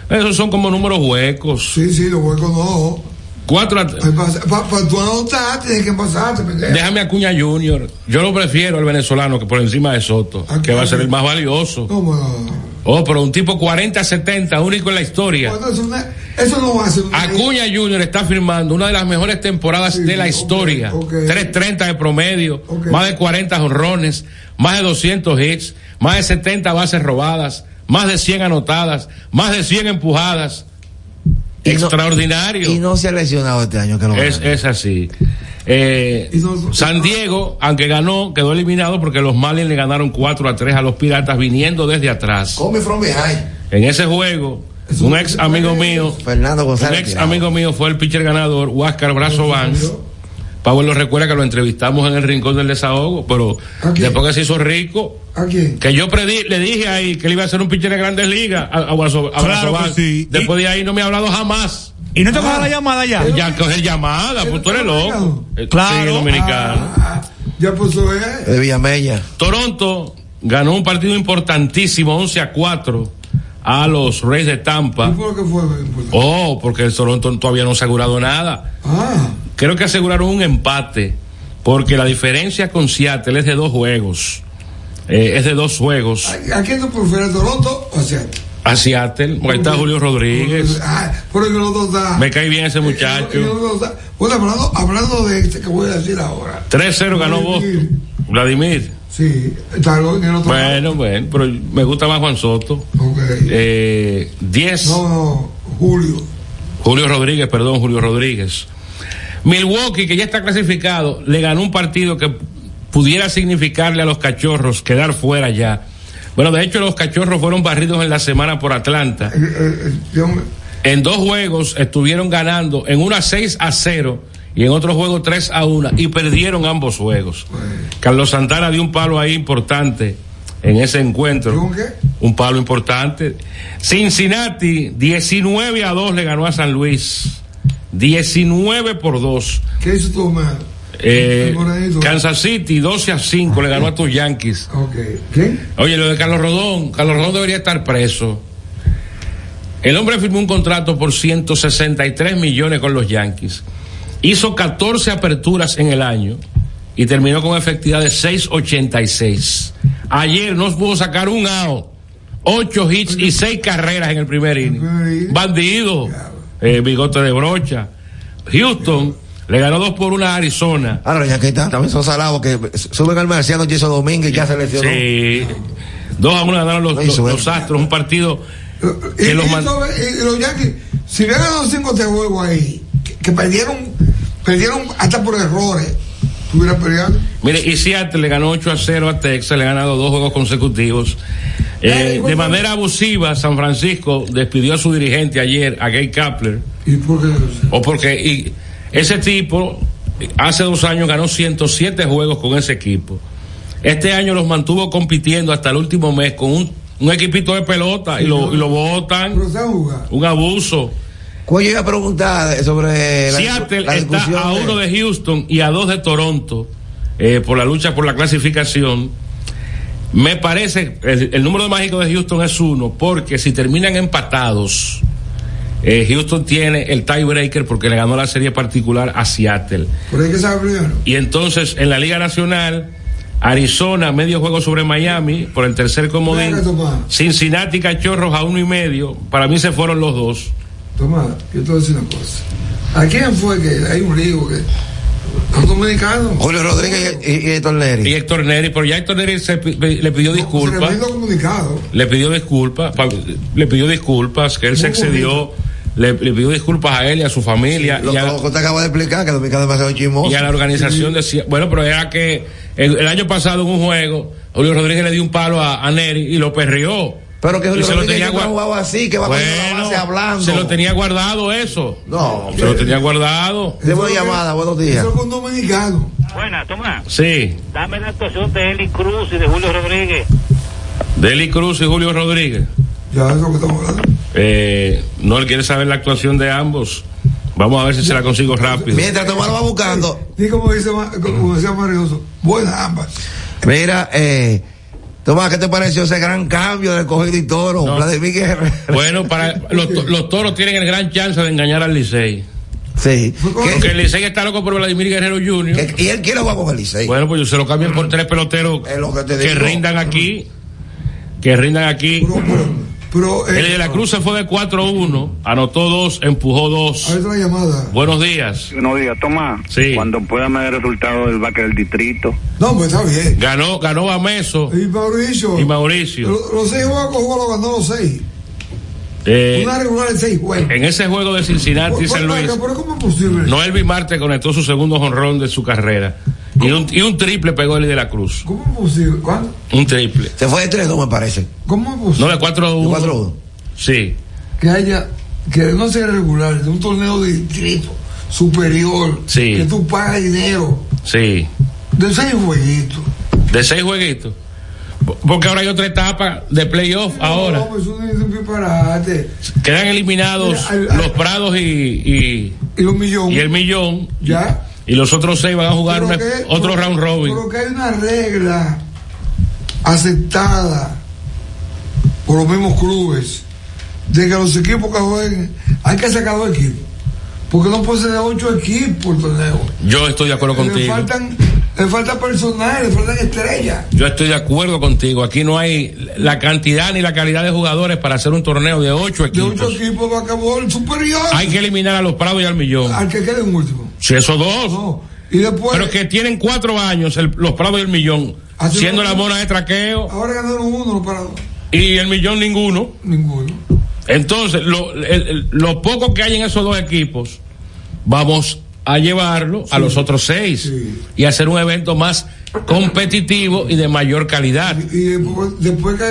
Speaker 7: Esos son como números huecos.
Speaker 8: Sí, sí, los huecos no.
Speaker 7: 4 a 3.
Speaker 8: Para tú anotar, tienes que pasarte, pendejo.
Speaker 7: Déjame a Cuña Junior. Yo lo prefiero al venezolano que por encima de Soto,
Speaker 8: Ah,
Speaker 7: que va a ser el más valioso. Oh, pero un tipo 40-70, único en la historia.
Speaker 8: Bueno, eso, no es- eso no va a ser.
Speaker 7: Acuña Junior está firmando una de las mejores temporadas de la historia. 3.30 de promedio, más de 40 honrones, más de 200 hits, más de 70 bases robadas, más de 100 anotadas, más de 100 empujadas. Extraordinario.
Speaker 6: Y no se ha lesionado este año. Que lo
Speaker 7: Es, es así. Eh, San Diego, aunque ganó, quedó eliminado porque los Marlins le ganaron 4 a 3 a los Piratas viniendo desde atrás.
Speaker 6: from behind.
Speaker 7: En ese juego, un ex amigo mío,
Speaker 6: Fernando
Speaker 7: un
Speaker 6: González.
Speaker 7: ex amigo mío fue el pitcher ganador, Huáscar Brazo
Speaker 8: Pues,
Speaker 7: Vance. Pablo lo recuerda que lo entrevistamos en el rincón del desahogo, pero después que se hizo rico,
Speaker 8: ¿A quién?
Speaker 7: que yo predi- le dije ahí que él iba a ser un pitcher de grandes ligas a, a Brazo- a
Speaker 5: Claro
Speaker 7: Brazo
Speaker 5: que
Speaker 7: Vance.
Speaker 5: sí.
Speaker 7: Después de ahí no me ha hablado jamás.
Speaker 5: ¿Y no te
Speaker 8: Ah.
Speaker 5: coge la llamada ya?
Speaker 7: Ya coge llamada, pues tú eres loco. Eh,
Speaker 5: Claro.
Speaker 7: sí, dominicano.
Speaker 8: Ah, Ya puso eh.
Speaker 6: De Villamella.
Speaker 7: Toronto ganó un partido importantísimo, 11 a 4, a los Reyes de Tampa.
Speaker 8: ¿Por qué fue?
Speaker 7: Oh, porque el Toronto todavía no ha asegurado nada. Creo que aseguraron un empate, porque la diferencia con Seattle es de dos juegos. Eh, es de dos juegos.
Speaker 8: ¿A quién tú prefieres, Toronto o sea?
Speaker 7: A Seattle, porque ahí está Julio Rodríguez.
Speaker 8: Ah, por el otro está.
Speaker 7: Me cae bien ese
Speaker 8: el
Speaker 7: muchacho.
Speaker 8: otro está- Bueno, hablando, hablando de este que voy a decir ahora.
Speaker 7: 3-0 ganó Boston. Vladimir.
Speaker 8: Sí, está en el otro lado.
Speaker 7: Bueno, bueno, pero me gusta más Juan Soto. Eh, 10.
Speaker 8: Julio.
Speaker 7: Julio Rodríguez, perdón, Julio Rodríguez. Milwaukee, que ya está clasificado, le ganó un partido que pudiera significarle a los cachorros quedar fuera ya. Bueno, de hecho, los cachorros fueron barridos en la semana por Atlanta.
Speaker 8: Eh,
Speaker 7: En dos juegos estuvieron ganando, en una 6 a 0 y en otro juego 3 a 1 y perdieron ambos juegos. Carlos Santana dio un palo ahí importante en ese encuentro. Un palo importante. Cincinnati 19 a 2 le ganó a San Luis. 19 por 2.
Speaker 8: ¿Qué hizo tu hermano?
Speaker 7: Eh, Kansas City 12 a 5 le ganó a tus Yankees. Oye, lo de Carlos Rodón, Carlos Rodón debería estar preso. El hombre firmó un contrato por 163 millones con los Yankees. Hizo 14 aperturas en el año y terminó con efectividad de 6.86. Ayer no pudo sacar un out, 8 hits y 6 carreras en el primer inning. Bandido, eh, bigote de brocha. Houston le ganó 2 por 1 a Arizona.
Speaker 6: Ahora, ya que está, también son salados que suben al marciano Jason Domínguez y ya se lesionó.
Speaker 7: Sí. Dos a uno ganaron los, los- los Astros, un partido que los
Speaker 8: Y
Speaker 7: man-
Speaker 8: sobre- y- y los Yankees, si hubieran ganado cinco de juego ahí, que, que perdieron, perdieron hasta por errores, tuviera peleado.
Speaker 7: Mire, y Seattle le ganó 8 a 0 a Texas, le ha ganado dos juegos consecutivos. Eh, de manera abusiva, San Francisco despidió a su dirigente ayer, a Gay Kapler.
Speaker 8: ¿Y por qué?
Speaker 7: O porque y ese tipo hace dos años ganó 107 juegos con ese equipo. Este año los mantuvo compitiendo hasta el último mes con un, un equipito de pelota y lo, y lo botan. Un abuso.
Speaker 6: Cuando yo iba a preguntar sobre Eh, la,
Speaker 7: Seattle
Speaker 6: la discusión
Speaker 7: está a
Speaker 6: de-
Speaker 7: uno de Houston y a dos de Toronto eh, por la lucha por la clasificación. Me parece, el, el número de mágico de Houston es uno, porque si terminan empatados, eh, Houston tiene el tiebreaker porque le ganó la serie particular a Seattle.
Speaker 8: Por ahí que sabe primero.
Speaker 7: Y entonces en la Liga Nacional, Arizona, medio juego sobre Miami, por el tercer comodín.
Speaker 8: Venga, Tomás.
Speaker 7: Cincinnati, Cachorros a uno y medio. Para mí se fueron los dos.
Speaker 8: Tomás, yo te voy a decir una cosa. ¿A quién fue que hay un río que... A un dominicano.
Speaker 6: Julio Rodríguez y, y Héctor Neri.
Speaker 7: Y Héctor Neri, pero ya Héctor Neri se pi- le pidió disculpas.
Speaker 8: Tremendo comunicado.
Speaker 7: le pidió disculpas, pa- le pidió disculpas, que él se excedió, le, le pidió disculpas a él y a su familia.
Speaker 6: Lo
Speaker 7: y a,
Speaker 6: lo que usted acaba de explicar, que Dominicano es demasiado chismoso.
Speaker 7: y a la organización de Cia- Bueno, pero era que el, el año pasado en un juego, Julio Rodríguez le dio un palo a, a Neri y lo perrió.
Speaker 6: Pero que
Speaker 7: Y
Speaker 6: Julio
Speaker 7: se lo
Speaker 6: Rodríguez
Speaker 7: tenía
Speaker 6: siempre ha
Speaker 7: gua-
Speaker 6: jugado así, que va con la
Speaker 7: Bueno,
Speaker 6: base hablando.
Speaker 7: Se lo tenía guardado eso.
Speaker 6: No.
Speaker 7: Se lo tenía guardado.
Speaker 6: Tengo una llamada, buenos días.
Speaker 8: Eso es un dominicano.
Speaker 14: Buena, toma.
Speaker 7: Sí,
Speaker 14: Dame la actuación de Eli Cruz y de Julio Rodríguez.
Speaker 7: Deli Cruz y Julio Rodríguez.
Speaker 8: Ya, eso que estamos hablando.
Speaker 7: Eh, no él quiere saber la actuación de ambos. Vamos a ver si se la consigo rápido.
Speaker 6: Mientras Tomás lo va buscando.
Speaker 8: Y como, dice, Ma- como decía Marioso, buenas ambas.
Speaker 6: Mira, eh, Tomás, ¿qué te pareció ese gran cambio de coger y toro?
Speaker 7: No.
Speaker 6: Vladimir Guerrero.
Speaker 7: Bueno, para
Speaker 6: (laughs)
Speaker 7: los, to- los toros tienen el gran chance de engañar al Licey.
Speaker 6: Sí.
Speaker 7: Porque el Licey está loco por Vladimir Guerrero Jr.
Speaker 6: ¿Y él quiere jugar con el Licey?
Speaker 7: Bueno, pues se lo cambian por tres peloteros
Speaker 6: que te
Speaker 7: que,
Speaker 6: digo.
Speaker 7: rindan aquí. Que rindan aquí.
Speaker 8: Pero, eh,
Speaker 7: el de la Cruz se fue de 4-1, anotó dos, empujó
Speaker 8: a
Speaker 7: dos.
Speaker 8: ver la llamada.
Speaker 7: Buenos días.
Speaker 9: No diga, toma. Cuando pueda me dé el resultado del vaque del distrito.
Speaker 8: No, pues está bien.
Speaker 7: Ganó, ganó Bameso
Speaker 8: Y Mauricio.
Speaker 7: y Mauricio.
Speaker 8: lo- Los seis juegos con Juan lo ganó los seis.
Speaker 7: Eh,
Speaker 8: Una regular de seis juegos.
Speaker 7: en ese juego de Cincinnati, San Luis,
Speaker 8: Pero ¿cómo es posible?
Speaker 7: Noel Bimarte conectó su segundo honrón de su carrera. Y un, y un triple pegó el de la Cruz.
Speaker 8: ¿Cómo es posible? ¿Cuándo?
Speaker 7: Un triple.
Speaker 6: Se fue de 3-2, me parece.
Speaker 8: ¿Cómo es posible?
Speaker 7: No, de 4-1.
Speaker 6: 4-1.
Speaker 7: Sí.
Speaker 8: que haya, que no sea regular, de un torneo de distrito superior,
Speaker 7: Sí.
Speaker 8: que tú pagas dinero,
Speaker 7: Sí,
Speaker 8: de seis jueguitos.
Speaker 7: de seis jueguitos. P- Porque ahora hay otra etapa de playoff.
Speaker 8: No,
Speaker 7: Ahora
Speaker 8: pues eso es un disparate.
Speaker 7: quedan eliminados
Speaker 8: Mira, al- al-
Speaker 7: los Prados y, y,
Speaker 8: Y los millones.
Speaker 7: y el Millón.
Speaker 8: Ya.
Speaker 7: Y los otros seis van a jugar
Speaker 8: Pero
Speaker 7: una-
Speaker 8: que-
Speaker 7: otro
Speaker 8: pero-
Speaker 7: round robin.
Speaker 8: Pero que hay una regla aceptada por los mismos clubes de que los equipos que jueguen hay que sacar dos equipos. Porque no puede ser de ocho equipos por torneo.
Speaker 7: Yo estoy de acuerdo
Speaker 8: Le
Speaker 7: contigo.
Speaker 8: faltan, le falta personal, le faltan estrellas.
Speaker 7: Yo estoy de acuerdo contigo. Aquí no hay la cantidad ni la calidad de jugadores para hacer un torneo de ocho
Speaker 8: De ocho
Speaker 7: equipos.
Speaker 8: equipos va a acabar el superior.
Speaker 7: Pues. Hay que eliminar a los Prados y al Millón.
Speaker 8: Al que quede en último.
Speaker 7: Si esos dos.
Speaker 8: No. Y después,
Speaker 7: Pero que tienen cuatro años el- los Prados y el Millón.
Speaker 8: Así
Speaker 7: Siendo
Speaker 8: no-
Speaker 7: la mona de traqueo
Speaker 8: ahora ganaron uno, no pararon
Speaker 7: y el Millón ninguno.
Speaker 8: ninguno.
Speaker 7: Entonces, lo, el- el- lo poco que hay en esos dos equipos, vamos a llevarlo a los otros seis
Speaker 8: Sí.
Speaker 7: y hacer un evento más competitivo y de mayor calidad.
Speaker 8: Y después, después que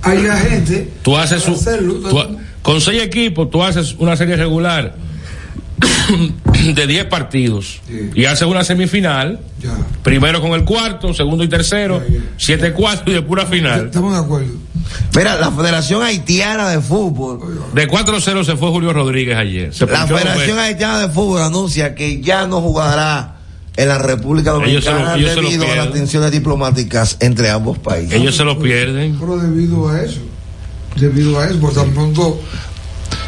Speaker 8: haya gente,
Speaker 7: Tú haces un-
Speaker 8: Hacerlo,
Speaker 7: tú ha- con seis equipos, tú haces una serie regular (clears throat) de 10 partidos
Speaker 8: Sí.
Speaker 7: y haces una semifinal,
Speaker 8: ya.
Speaker 7: primero con el cuarto, segundo y tercero,
Speaker 8: Ya, ya.
Speaker 7: siete cuartos y de pura final.
Speaker 8: Estamos de acuerdo.
Speaker 6: Mira, la Federación Haitiana de Fútbol.
Speaker 7: De 4-0 se fue Julio Rodríguez ayer. Se
Speaker 6: La
Speaker 7: ponchó dos
Speaker 6: Federación
Speaker 7: veces.
Speaker 6: Haitiana de Fútbol anuncia que ya no jugará en la República
Speaker 7: Ellos se lo-
Speaker 6: Dominicana
Speaker 7: ellos se lo
Speaker 6: debido a las
Speaker 7: pierden.
Speaker 6: tensiones diplomáticas entre ambos países.
Speaker 7: Ellos se lo pierden.
Speaker 8: Pero debido a eso, debido a eso, por tan pronto.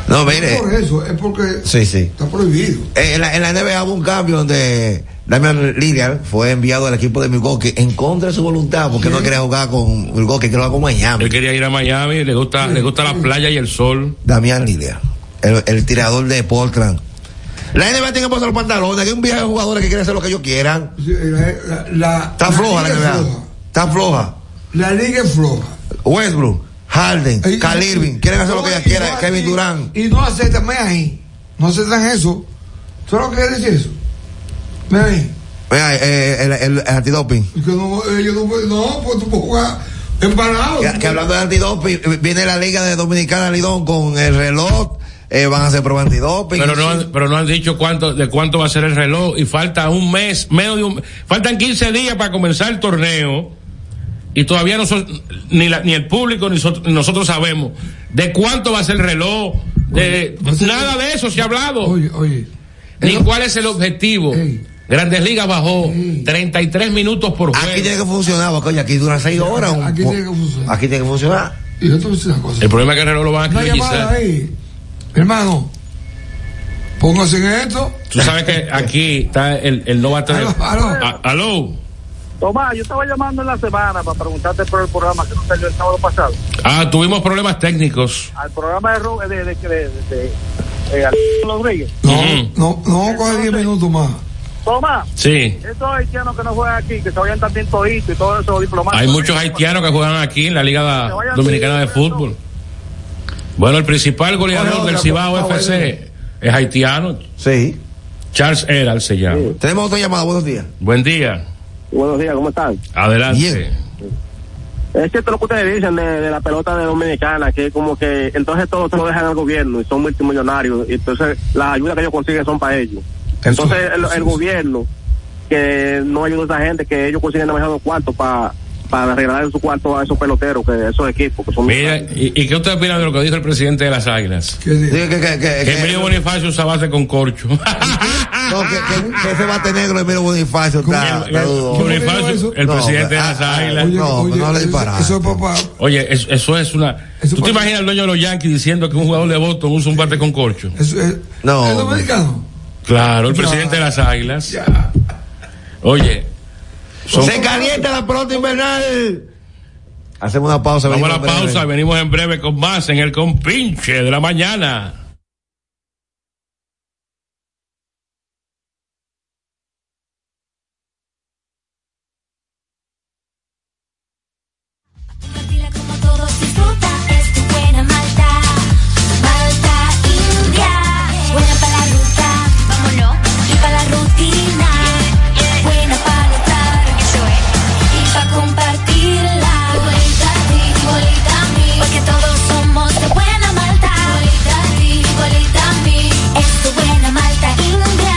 Speaker 6: No,
Speaker 8: No
Speaker 6: mire.
Speaker 8: por eso, es porque
Speaker 6: Sí, sí.
Speaker 8: está prohibido.
Speaker 6: Eh, En la, en la NBA hubo un cambio donde Damian Lillard fue enviado al equipo de Milwaukee en contra de su voluntad porque no quería jugar con Milwaukee, quería jugar con Miami.
Speaker 7: Él quería ir a Miami, le gusta, le gusta la playa y el sol.
Speaker 6: Damian Lillard, el, el tirador de Portland. La NBA tiene que poner los pantalones, que hay un viaje de jugadores que quieren hacer lo que ellos quieran.
Speaker 8: Sí, eh, La, la- la-
Speaker 6: Está floja la
Speaker 8: liga es
Speaker 6: NBA.
Speaker 8: floja.
Speaker 6: Está floja.
Speaker 8: La liga es floja.
Speaker 6: Westbrook, Harden,
Speaker 8: Ahí-
Speaker 6: Cal Irving, quieren hacer lo que
Speaker 8: No,
Speaker 6: ellas
Speaker 8: y no
Speaker 6: quieran, Kevin
Speaker 8: así-
Speaker 6: Durant.
Speaker 8: Y no aceptan, ven ahí. No aceptan eso. ¿Tú lo que quieres decir eso? Ven ahí.
Speaker 6: Mira, eh, el, el, el antidoping.
Speaker 8: Y que no, eh, yo no, puedo- no, pues tú puedes jugar Empanado.
Speaker 6: Que, que hablando de antidoping, eh, viene la Liga de Dominicana Lidón con el reloj. eh, van a hacer prueba antidoping.
Speaker 7: Pero no, han- pero no han dicho cuánto, de cuánto va a ser el reloj y falta un mes, menos de un, faltan 15 días para comenzar el torneo y todavía no so- ni, la- ni el público ni, so- ni nosotros sabemos de cuánto va a ser el reloj, de- nada de eso se ha hablado. ni cuál es el objetivo. Grandes Ligas bajó 33 minutos por juego.
Speaker 6: Aquí tiene que funcionar, porque oye, aquí dura seis horas. un-
Speaker 8: Aquí tiene que funcionar.
Speaker 6: aquí tiene que funcionar.
Speaker 8: Y yo te voy a decir una cosa.
Speaker 7: El problema es que el reloj lo van a
Speaker 8: Una llamada
Speaker 7: utilizar.
Speaker 6: eh.
Speaker 8: ahí. Hermano, póngase en esto.
Speaker 7: Tú sabes que aquí está el, el no va a tener. A- aló.
Speaker 14: Tomás, yo estaba llamando en la semana para preguntarte por el programa que no salió el sábado pasado.
Speaker 7: Ah, tuvimos problemas técnicos.
Speaker 14: Al programa de Ru- de, de, de, de, de- eh, Alberto Rodríguez.
Speaker 7: No.
Speaker 8: No, no, coge 10 minutos más.
Speaker 14: Tomás,
Speaker 7: Sí.
Speaker 14: esos haitianos que no juegan aquí, que se vayan también toditos y todo eso diplomático.
Speaker 7: Hay muchos haitianos que juegan aquí en la Liga Dominicana de Fútbol. Bueno, el principal goleador del Cibao FC es haitiano.
Speaker 6: Sí.
Speaker 7: Charles Herald se llama.
Speaker 6: Tenemos otra llamada, buenos días.
Speaker 7: Buen día.
Speaker 16: Buenos días, ¿cómo están?
Speaker 7: Adelante.
Speaker 16: Es cierto lo que ustedes dicen de, de la pelota de Dominicana, que como que entonces todo se lo dejan al gobierno y son multimillonarios, y entonces las ayudas que ellos consiguen son para ellos. Entonces el, el gobierno, que no ayuda a esa gente, que ellos consiguen demasiado cuarto para para regalar su cuarto a esos peloteros, que a esos equipos, que son
Speaker 7: Mira, ¿y, y qué usted opina de lo que dijo el presidente de las Águilas? Que Emilio Bonifacio se base con corcho.
Speaker 6: No, que, que- que ese bate negro de Miro Bonifacio está, está dudoso.
Speaker 7: Bonifacio, el
Speaker 6: No,
Speaker 7: presidente de
Speaker 6: ah,
Speaker 7: las
Speaker 6: ah,
Speaker 7: Águilas.
Speaker 6: No, pero no le disparar.
Speaker 8: Eso es papá.
Speaker 7: Oye, es- eso es una. ¿Tú te imaginas al dueño de los Yankees diciendo que un jugador de Boston usa un bate con corcho?
Speaker 6: No.
Speaker 8: ¿Es dominicano?
Speaker 7: Claro, el presidente de las Águilas. Oye, son-
Speaker 6: Se calienta la pelota invernal. Hacemos una pausa.
Speaker 7: vamos a la
Speaker 6: venimos en breve.
Speaker 7: pausa. Venimos en breve con más en el compinche de la mañana.
Speaker 2: Todos disfruta, es tu buena malta, malta india, buena para la ruta, vámonos, y para la rutina, buena para notar, eso es, y para compartirla, igualita a ti, igualita a mí, porque todos somos de buena malta, igualita a ti, igualita a mí, es tu buena malta india.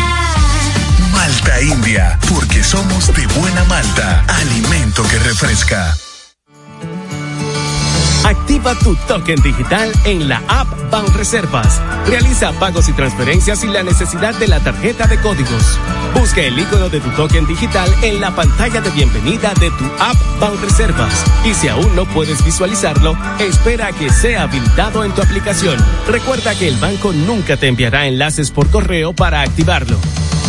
Speaker 10: Malta India, porque somos de buena malta, alimento que refresca.
Speaker 11: Activa tu token digital en la app Banreservas. Realiza pagos y transferencias sin la necesidad de la tarjeta de códigos. Busca el icono de tu token digital en la pantalla de bienvenida de tu app Banreservas. Y si aún no puedes visualizarlo, espera a que sea habilitado en tu aplicación. Recuerda que el banco nunca te enviará enlaces por correo para activarlo.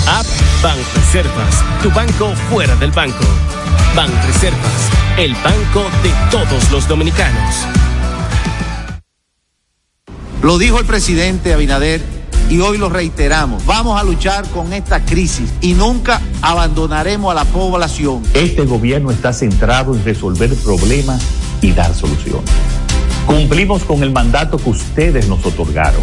Speaker 11: App Banreservas, tu banco fuera del banco. Banreservas, el banco de todos los dominicanos.
Speaker 12: Lo dijo el presidente Abinader y hoy lo reiteramos. Vamos a luchar con esta crisis y nunca abandonaremos a la población.
Speaker 13: Este gobierno está centrado en resolver problemas y dar soluciones. Cumplimos con el mandato que ustedes nos otorgaron.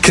Speaker 17: Que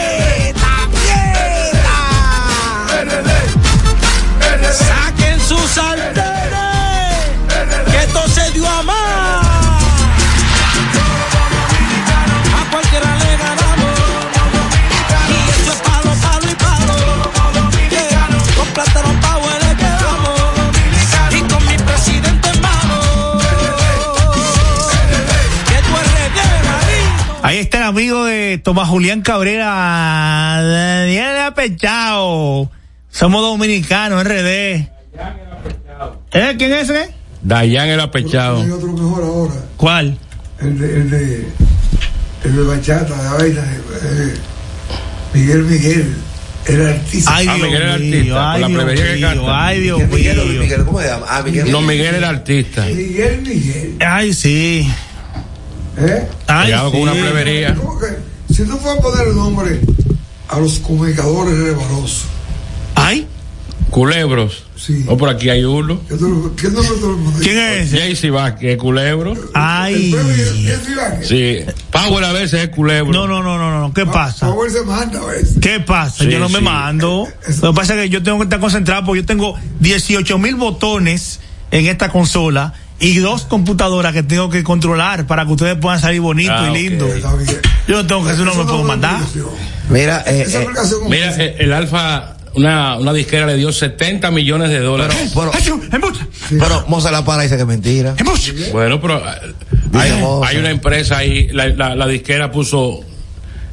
Speaker 15: Saquen sus alteres, que esto se dio a más. A cualquiera le ganamos. Y eso es palo, palo y palo. Yeah, Con plátano power le quedamos. Y con mi presidente en mano.
Speaker 5: Tomás Julián Cabrera, Daniel Apechao. Somos dominicanos, RD. ¿Eh? ¿Quién es ese?
Speaker 7: Dayan el apechado.
Speaker 8: Hay otro mejor ahora.
Speaker 5: ¿Cuál?
Speaker 8: El de, el de, el de bachata, la vaina. eh, Miguel Miguel, el artista.
Speaker 5: Ay, Ah, Dios Miguel era mío, artista, ay, por la Dios plebeya que mío, canta. ay, Dios
Speaker 6: Miguel,
Speaker 5: mío.
Speaker 6: Miguel, ¿cómo se llama? Ah, Miguel.
Speaker 7: No, Miguel era artista.
Speaker 8: Miguel Miguel.
Speaker 5: Ay, sí.
Speaker 8: ¿Eh?
Speaker 5: Ay,
Speaker 7: Cuidado con una
Speaker 5: sí.
Speaker 7: plebería.
Speaker 8: ¿Cómo que? Si tú fueras a poner el nombre a los comunicadores rebalosos,
Speaker 5: ¿Ay?
Speaker 7: Culebros.
Speaker 8: Sí.
Speaker 7: O por aquí hay uno.
Speaker 8: ¿qué, tú- qué nombre tú le pondrías?
Speaker 5: ¿Quién es?
Speaker 7: Jaycee Vázquez es culebro.
Speaker 5: Ay.
Speaker 7: Sí. Power a veces es culebro.
Speaker 5: No, no, no, no, no. ¿Qué pasa?
Speaker 8: Power se manda a veces.
Speaker 5: ¿Qué pasa?
Speaker 7: Sí,
Speaker 5: yo no me
Speaker 7: sí.
Speaker 5: mando. Lo que pasa es que yo tengo que estar concentrado porque yo tengo 18 mil botones en esta consola y dos computadoras que tengo que controlar para que ustedes puedan salir bonito
Speaker 7: Ah,
Speaker 5: y
Speaker 7: ok.
Speaker 5: lindo.
Speaker 8: Está bien.
Speaker 5: Yo no tengo que eso, no me puedo mandar.
Speaker 6: Mira, eh,
Speaker 8: Esa
Speaker 6: eh,
Speaker 8: aplicación.
Speaker 7: Mira, eh, el Alfa, una, una disquera le dio 70 millones de dólares.
Speaker 6: pero,
Speaker 5: ¡Embucha!
Speaker 6: pero Moza la para y dice que es mentira.
Speaker 5: ¡Embucha!
Speaker 7: Bueno, pero ah, hay,
Speaker 6: Moza.
Speaker 7: hay una empresa ahí, la, la- la disquera puso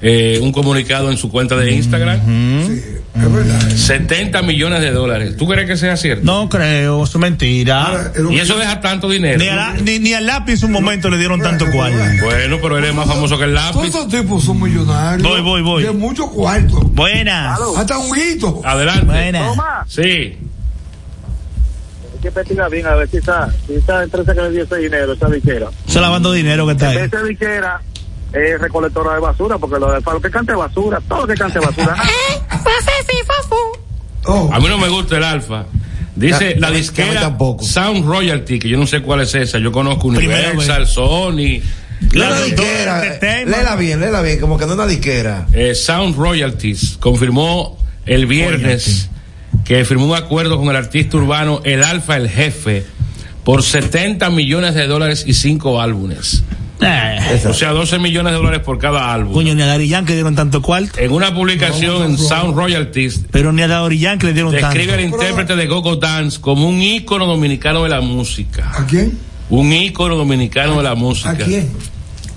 Speaker 7: eh, un comunicado en su cuenta de Instagram.
Speaker 8: Sí, es verdad.
Speaker 7: 70 millones de dólares. ¿Tú crees que sea cierto?
Speaker 5: No creo, eso es mentira.
Speaker 8: Ahora, el
Speaker 7: Y
Speaker 8: hombre-
Speaker 7: eso deja tanto dinero.
Speaker 5: Ni, a la- ni, ni al lápiz en su momento le dieron tanto cual.
Speaker 7: Bueno, pero él es más famoso que el
Speaker 8: Todos
Speaker 7: lápiz.
Speaker 8: estos tipos son millonarios.
Speaker 5: Voy, voy, voy.
Speaker 8: De mucho cuarto.
Speaker 5: Buenas.
Speaker 8: Hasta un hito.
Speaker 7: Adelante.
Speaker 5: Buenas.
Speaker 14: Toma,
Speaker 7: Sí.
Speaker 14: hay que investigar bien a ver si esa, si esa empresa que le dio ese dinero, esa bichera.
Speaker 5: Eso lavando dinero que está ahí.
Speaker 14: Esa bichera es recolectora de basura, porque lo, de, para lo que cante basura, todo lo que cante basura.
Speaker 8: Oh,
Speaker 7: A mí no me gusta el alfa. Dice la
Speaker 6: Ya, ya me- ya me
Speaker 7: disquera
Speaker 6: tampoco.
Speaker 7: Sound Royalty, que yo no sé cuál es esa. Yo conozco
Speaker 5: Primera
Speaker 7: Universal, Sony.
Speaker 6: No
Speaker 5: La
Speaker 6: es una
Speaker 5: doctora
Speaker 6: disquera.
Speaker 5: de
Speaker 6: eh,
Speaker 5: tema.
Speaker 6: Léela bien, léela bien, como que no es una disquera.
Speaker 7: Eh, Sound Royalties confirmó el viernes que firmó un acuerdo con el artista urbano El Alfa el Jefe por 70 millones de dólares y 5 álbumes.
Speaker 5: Eh,
Speaker 7: O sea, 12 millones de dólares por cada álbum.
Speaker 5: coño, ni a Daddy Yankee le dieron tanto cual.
Speaker 7: En una publicación en Sound Royalties,
Speaker 5: Pero ni a Daddy Yankee le dieron tanto.
Speaker 7: describe al intérprete de Gogo Dance como un ícono dominicano de la música.
Speaker 8: ¿A quién?
Speaker 7: Un ícono dominicano de la música.
Speaker 8: ¿A quién?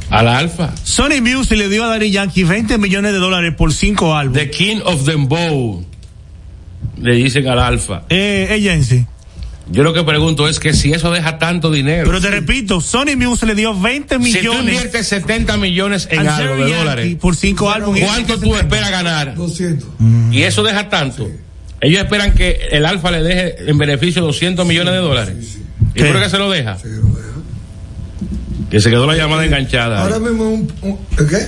Speaker 7: Al Alfa.
Speaker 5: Sony Music le dio a Daddy Yankee 20 millones de dólares por cinco álbumes.
Speaker 7: The King of Dembow. Le dicen al Alfa.
Speaker 5: Eh, ella en sí.
Speaker 7: Yo lo que pregunto es que si eso deja tanto dinero.
Speaker 5: Pero te repito, Sony Music le dio 20
Speaker 7: si tú
Speaker 5: millones
Speaker 7: inviertes 70 millones en
Speaker 5: a
Speaker 7: algo de
Speaker 5: Daddy Yankee
Speaker 7: dólares,
Speaker 5: por cinco álbumes.
Speaker 7: ¿cuánto tú esperas ganar?
Speaker 8: 200.
Speaker 7: Y eso deja tanto. Ellos esperan que el Alfa le deje en beneficio 200 millones de dólares. ¿Y
Speaker 5: ¿Qué?
Speaker 7: por qué se lo deja? Que se quedó la llamada enganchada.
Speaker 8: Ahora mismo un, un- ¿Qué?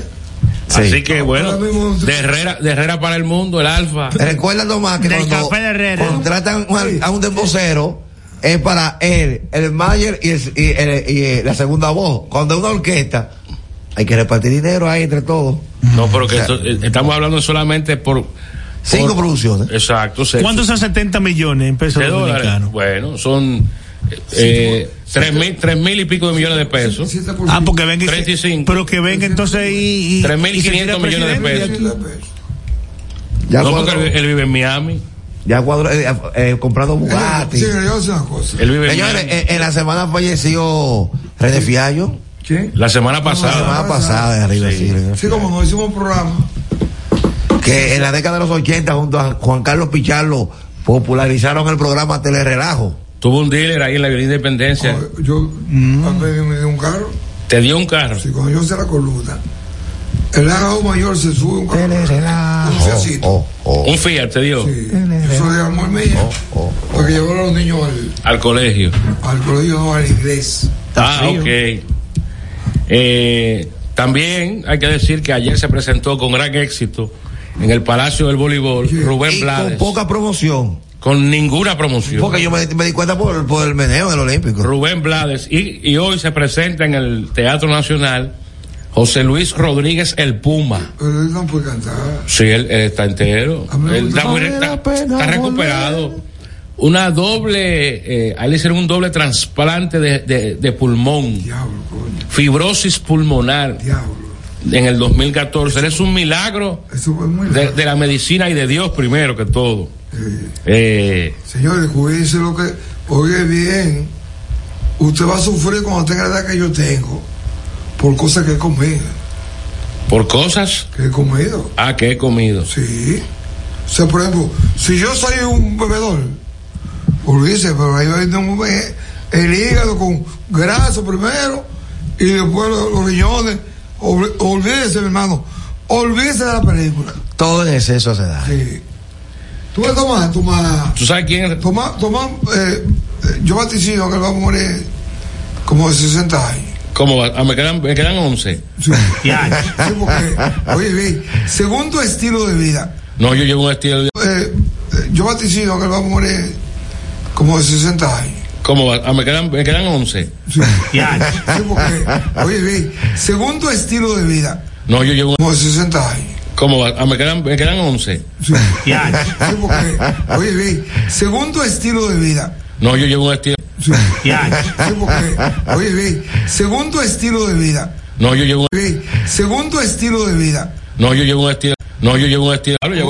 Speaker 7: Así que bueno,
Speaker 8: Ahora mismo-
Speaker 7: de Herrera, de Herrera para el mundo, el Alfa.
Speaker 6: Recuerda nomás que
Speaker 5: Del
Speaker 6: cuando
Speaker 5: Café de Herrera.
Speaker 6: contratan un- a un dembocero es para él, el manager y, el- y el- y el- la segunda voz. Cuando es una orquesta, hay que repartir dinero ahí entre todos.
Speaker 7: No, pero que
Speaker 6: O sea,
Speaker 7: esto- eh, estamos hablando solamente por.
Speaker 6: Cinco
Speaker 7: por-
Speaker 6: producciones.
Speaker 7: Exacto, se-
Speaker 5: ¿Cuántos son 70 millones en pesos
Speaker 7: de dólares.
Speaker 5: dominicanos?
Speaker 7: Bueno, son eh, tres, mil, tres mil y pico de millones de pesos.
Speaker 8: 7%.
Speaker 5: Ah, porque venga y se-
Speaker 7: 35.
Speaker 5: pero que venga entonces y, y- y se
Speaker 7: 3.500
Speaker 5: tira
Speaker 7: millones de
Speaker 5: presidente.
Speaker 7: pesos.
Speaker 6: Ya
Speaker 7: no,
Speaker 6: cuando-
Speaker 7: porque él, él vive en Miami.
Speaker 6: Ya cuadro, eh, eh, comprando Bugatti.
Speaker 8: Sí, yo voy a decir una cosa.
Speaker 7: Él vive en
Speaker 6: Señores,
Speaker 7: Miami.
Speaker 6: eh, en la semana falleció René Fiallo.
Speaker 8: ¿Quién?
Speaker 7: la semana
Speaker 6: La
Speaker 7: pasada.
Speaker 6: semana pasada, de arriba, sí, René
Speaker 8: Sí, como no hicimos un programa.
Speaker 6: que en la década de los 80 junto a Juan Carlos Picharlo popularizaron el programa Telerelajo.
Speaker 7: Tuvo un dealer ahí en la Avenida Independencia.
Speaker 8: Cuando Yo
Speaker 6: Mm.
Speaker 8: a mí me dio un carro.
Speaker 7: Te dio un carro.
Speaker 8: Sí, cuando yo hice la columna, el agado mayor se sube un carro. Un
Speaker 6: Telerelajo.
Speaker 8: Fiatcito.
Speaker 6: Oh, oh,
Speaker 7: Un Fiat te dio
Speaker 8: Sí. Eso de amor mío.
Speaker 6: oh,
Speaker 8: Porque llevaron a los niños al,
Speaker 7: al colegio.
Speaker 8: al colegio, no, al inglés.
Speaker 7: Ah, ok. Eh, también hay que decir que ayer se presentó con gran éxito en el Palacio del Voleibol Rubén
Speaker 6: Y con
Speaker 7: Blades. Con,
Speaker 6: poca promoción.
Speaker 7: ninguna promoción.
Speaker 6: Porque yo me, me di cuenta por, por el meneo del Olímpico.
Speaker 7: Rubén Blades. Y, y hoy se presenta en el Teatro Nacional José Luis Rodríguez el Puma.
Speaker 8: Pero él no puede cantar.
Speaker 7: Sí, él, él está entero.
Speaker 8: A mí me
Speaker 7: Él está,
Speaker 8: gusta.
Speaker 7: muy-
Speaker 6: Vale la
Speaker 7: está-
Speaker 6: pena
Speaker 7: está recuperado. Una doble, eh, a él le hicieron un doble trasplante de, de- de pulmón,
Speaker 8: Diablo, coño.
Speaker 7: fibrosis pulmonar
Speaker 8: Diablo.
Speaker 7: en el 2014. Él es un milagro
Speaker 8: Eso fue muy
Speaker 7: de,
Speaker 8: raro.
Speaker 7: de la medicina y de Dios primero que todo. Eh,
Speaker 8: Señores, cuídense lo que. Oye, bien. Usted va a sufrir cuando tenga la edad que yo tengo. Por cosas que convengan.
Speaker 7: ¿Por cosas?
Speaker 8: Que he comido.
Speaker 7: Ah, que he comido.
Speaker 8: Sí. O sea, por ejemplo, si yo soy un bebedor, olvídese, pero ahí va a ir un be- el hígado con grasa primero y después lo- los, riñones. Olvi- Olvídese, mi hermano. Olvídese de la película.
Speaker 6: Todo en exceso se da.
Speaker 8: Sí. Tú vas a tomar, tomar.
Speaker 7: ¿Tú sabes quién?
Speaker 8: Tomar, tomar. eh, eh, yo vaticino que él va a morir como de 60 años.
Speaker 7: ¿Cómo va? Ah, me quedan, me quedan 11.
Speaker 8: Sí, porque, oye, vi, según tu estilo de vida,
Speaker 7: No, yo llevo un estilo de...
Speaker 8: eh, eh, yo vaticino que él va a morir como de 60 años.
Speaker 7: ¿Cómo va? Ah, me quedan, me quedan 11.
Speaker 8: Sí, porque, oye, vi, según tu estilo de vida,
Speaker 7: No, yo llevo un...
Speaker 8: como de 60 años.
Speaker 7: ¿Cómo va? Ah, me quedan, me quedan 11.
Speaker 8: Sí, porque, oye, vi, según tu estilo de vida,
Speaker 7: No, yo llevo un estilo...
Speaker 8: sí, porque, oye, vi, según tu estilo de vida,
Speaker 7: No, yo llevo un...
Speaker 8: vi, según tu estilo de vida,
Speaker 7: No, yo llevo un estilo... No, yo llevo un estilo... Ah, lo llevo-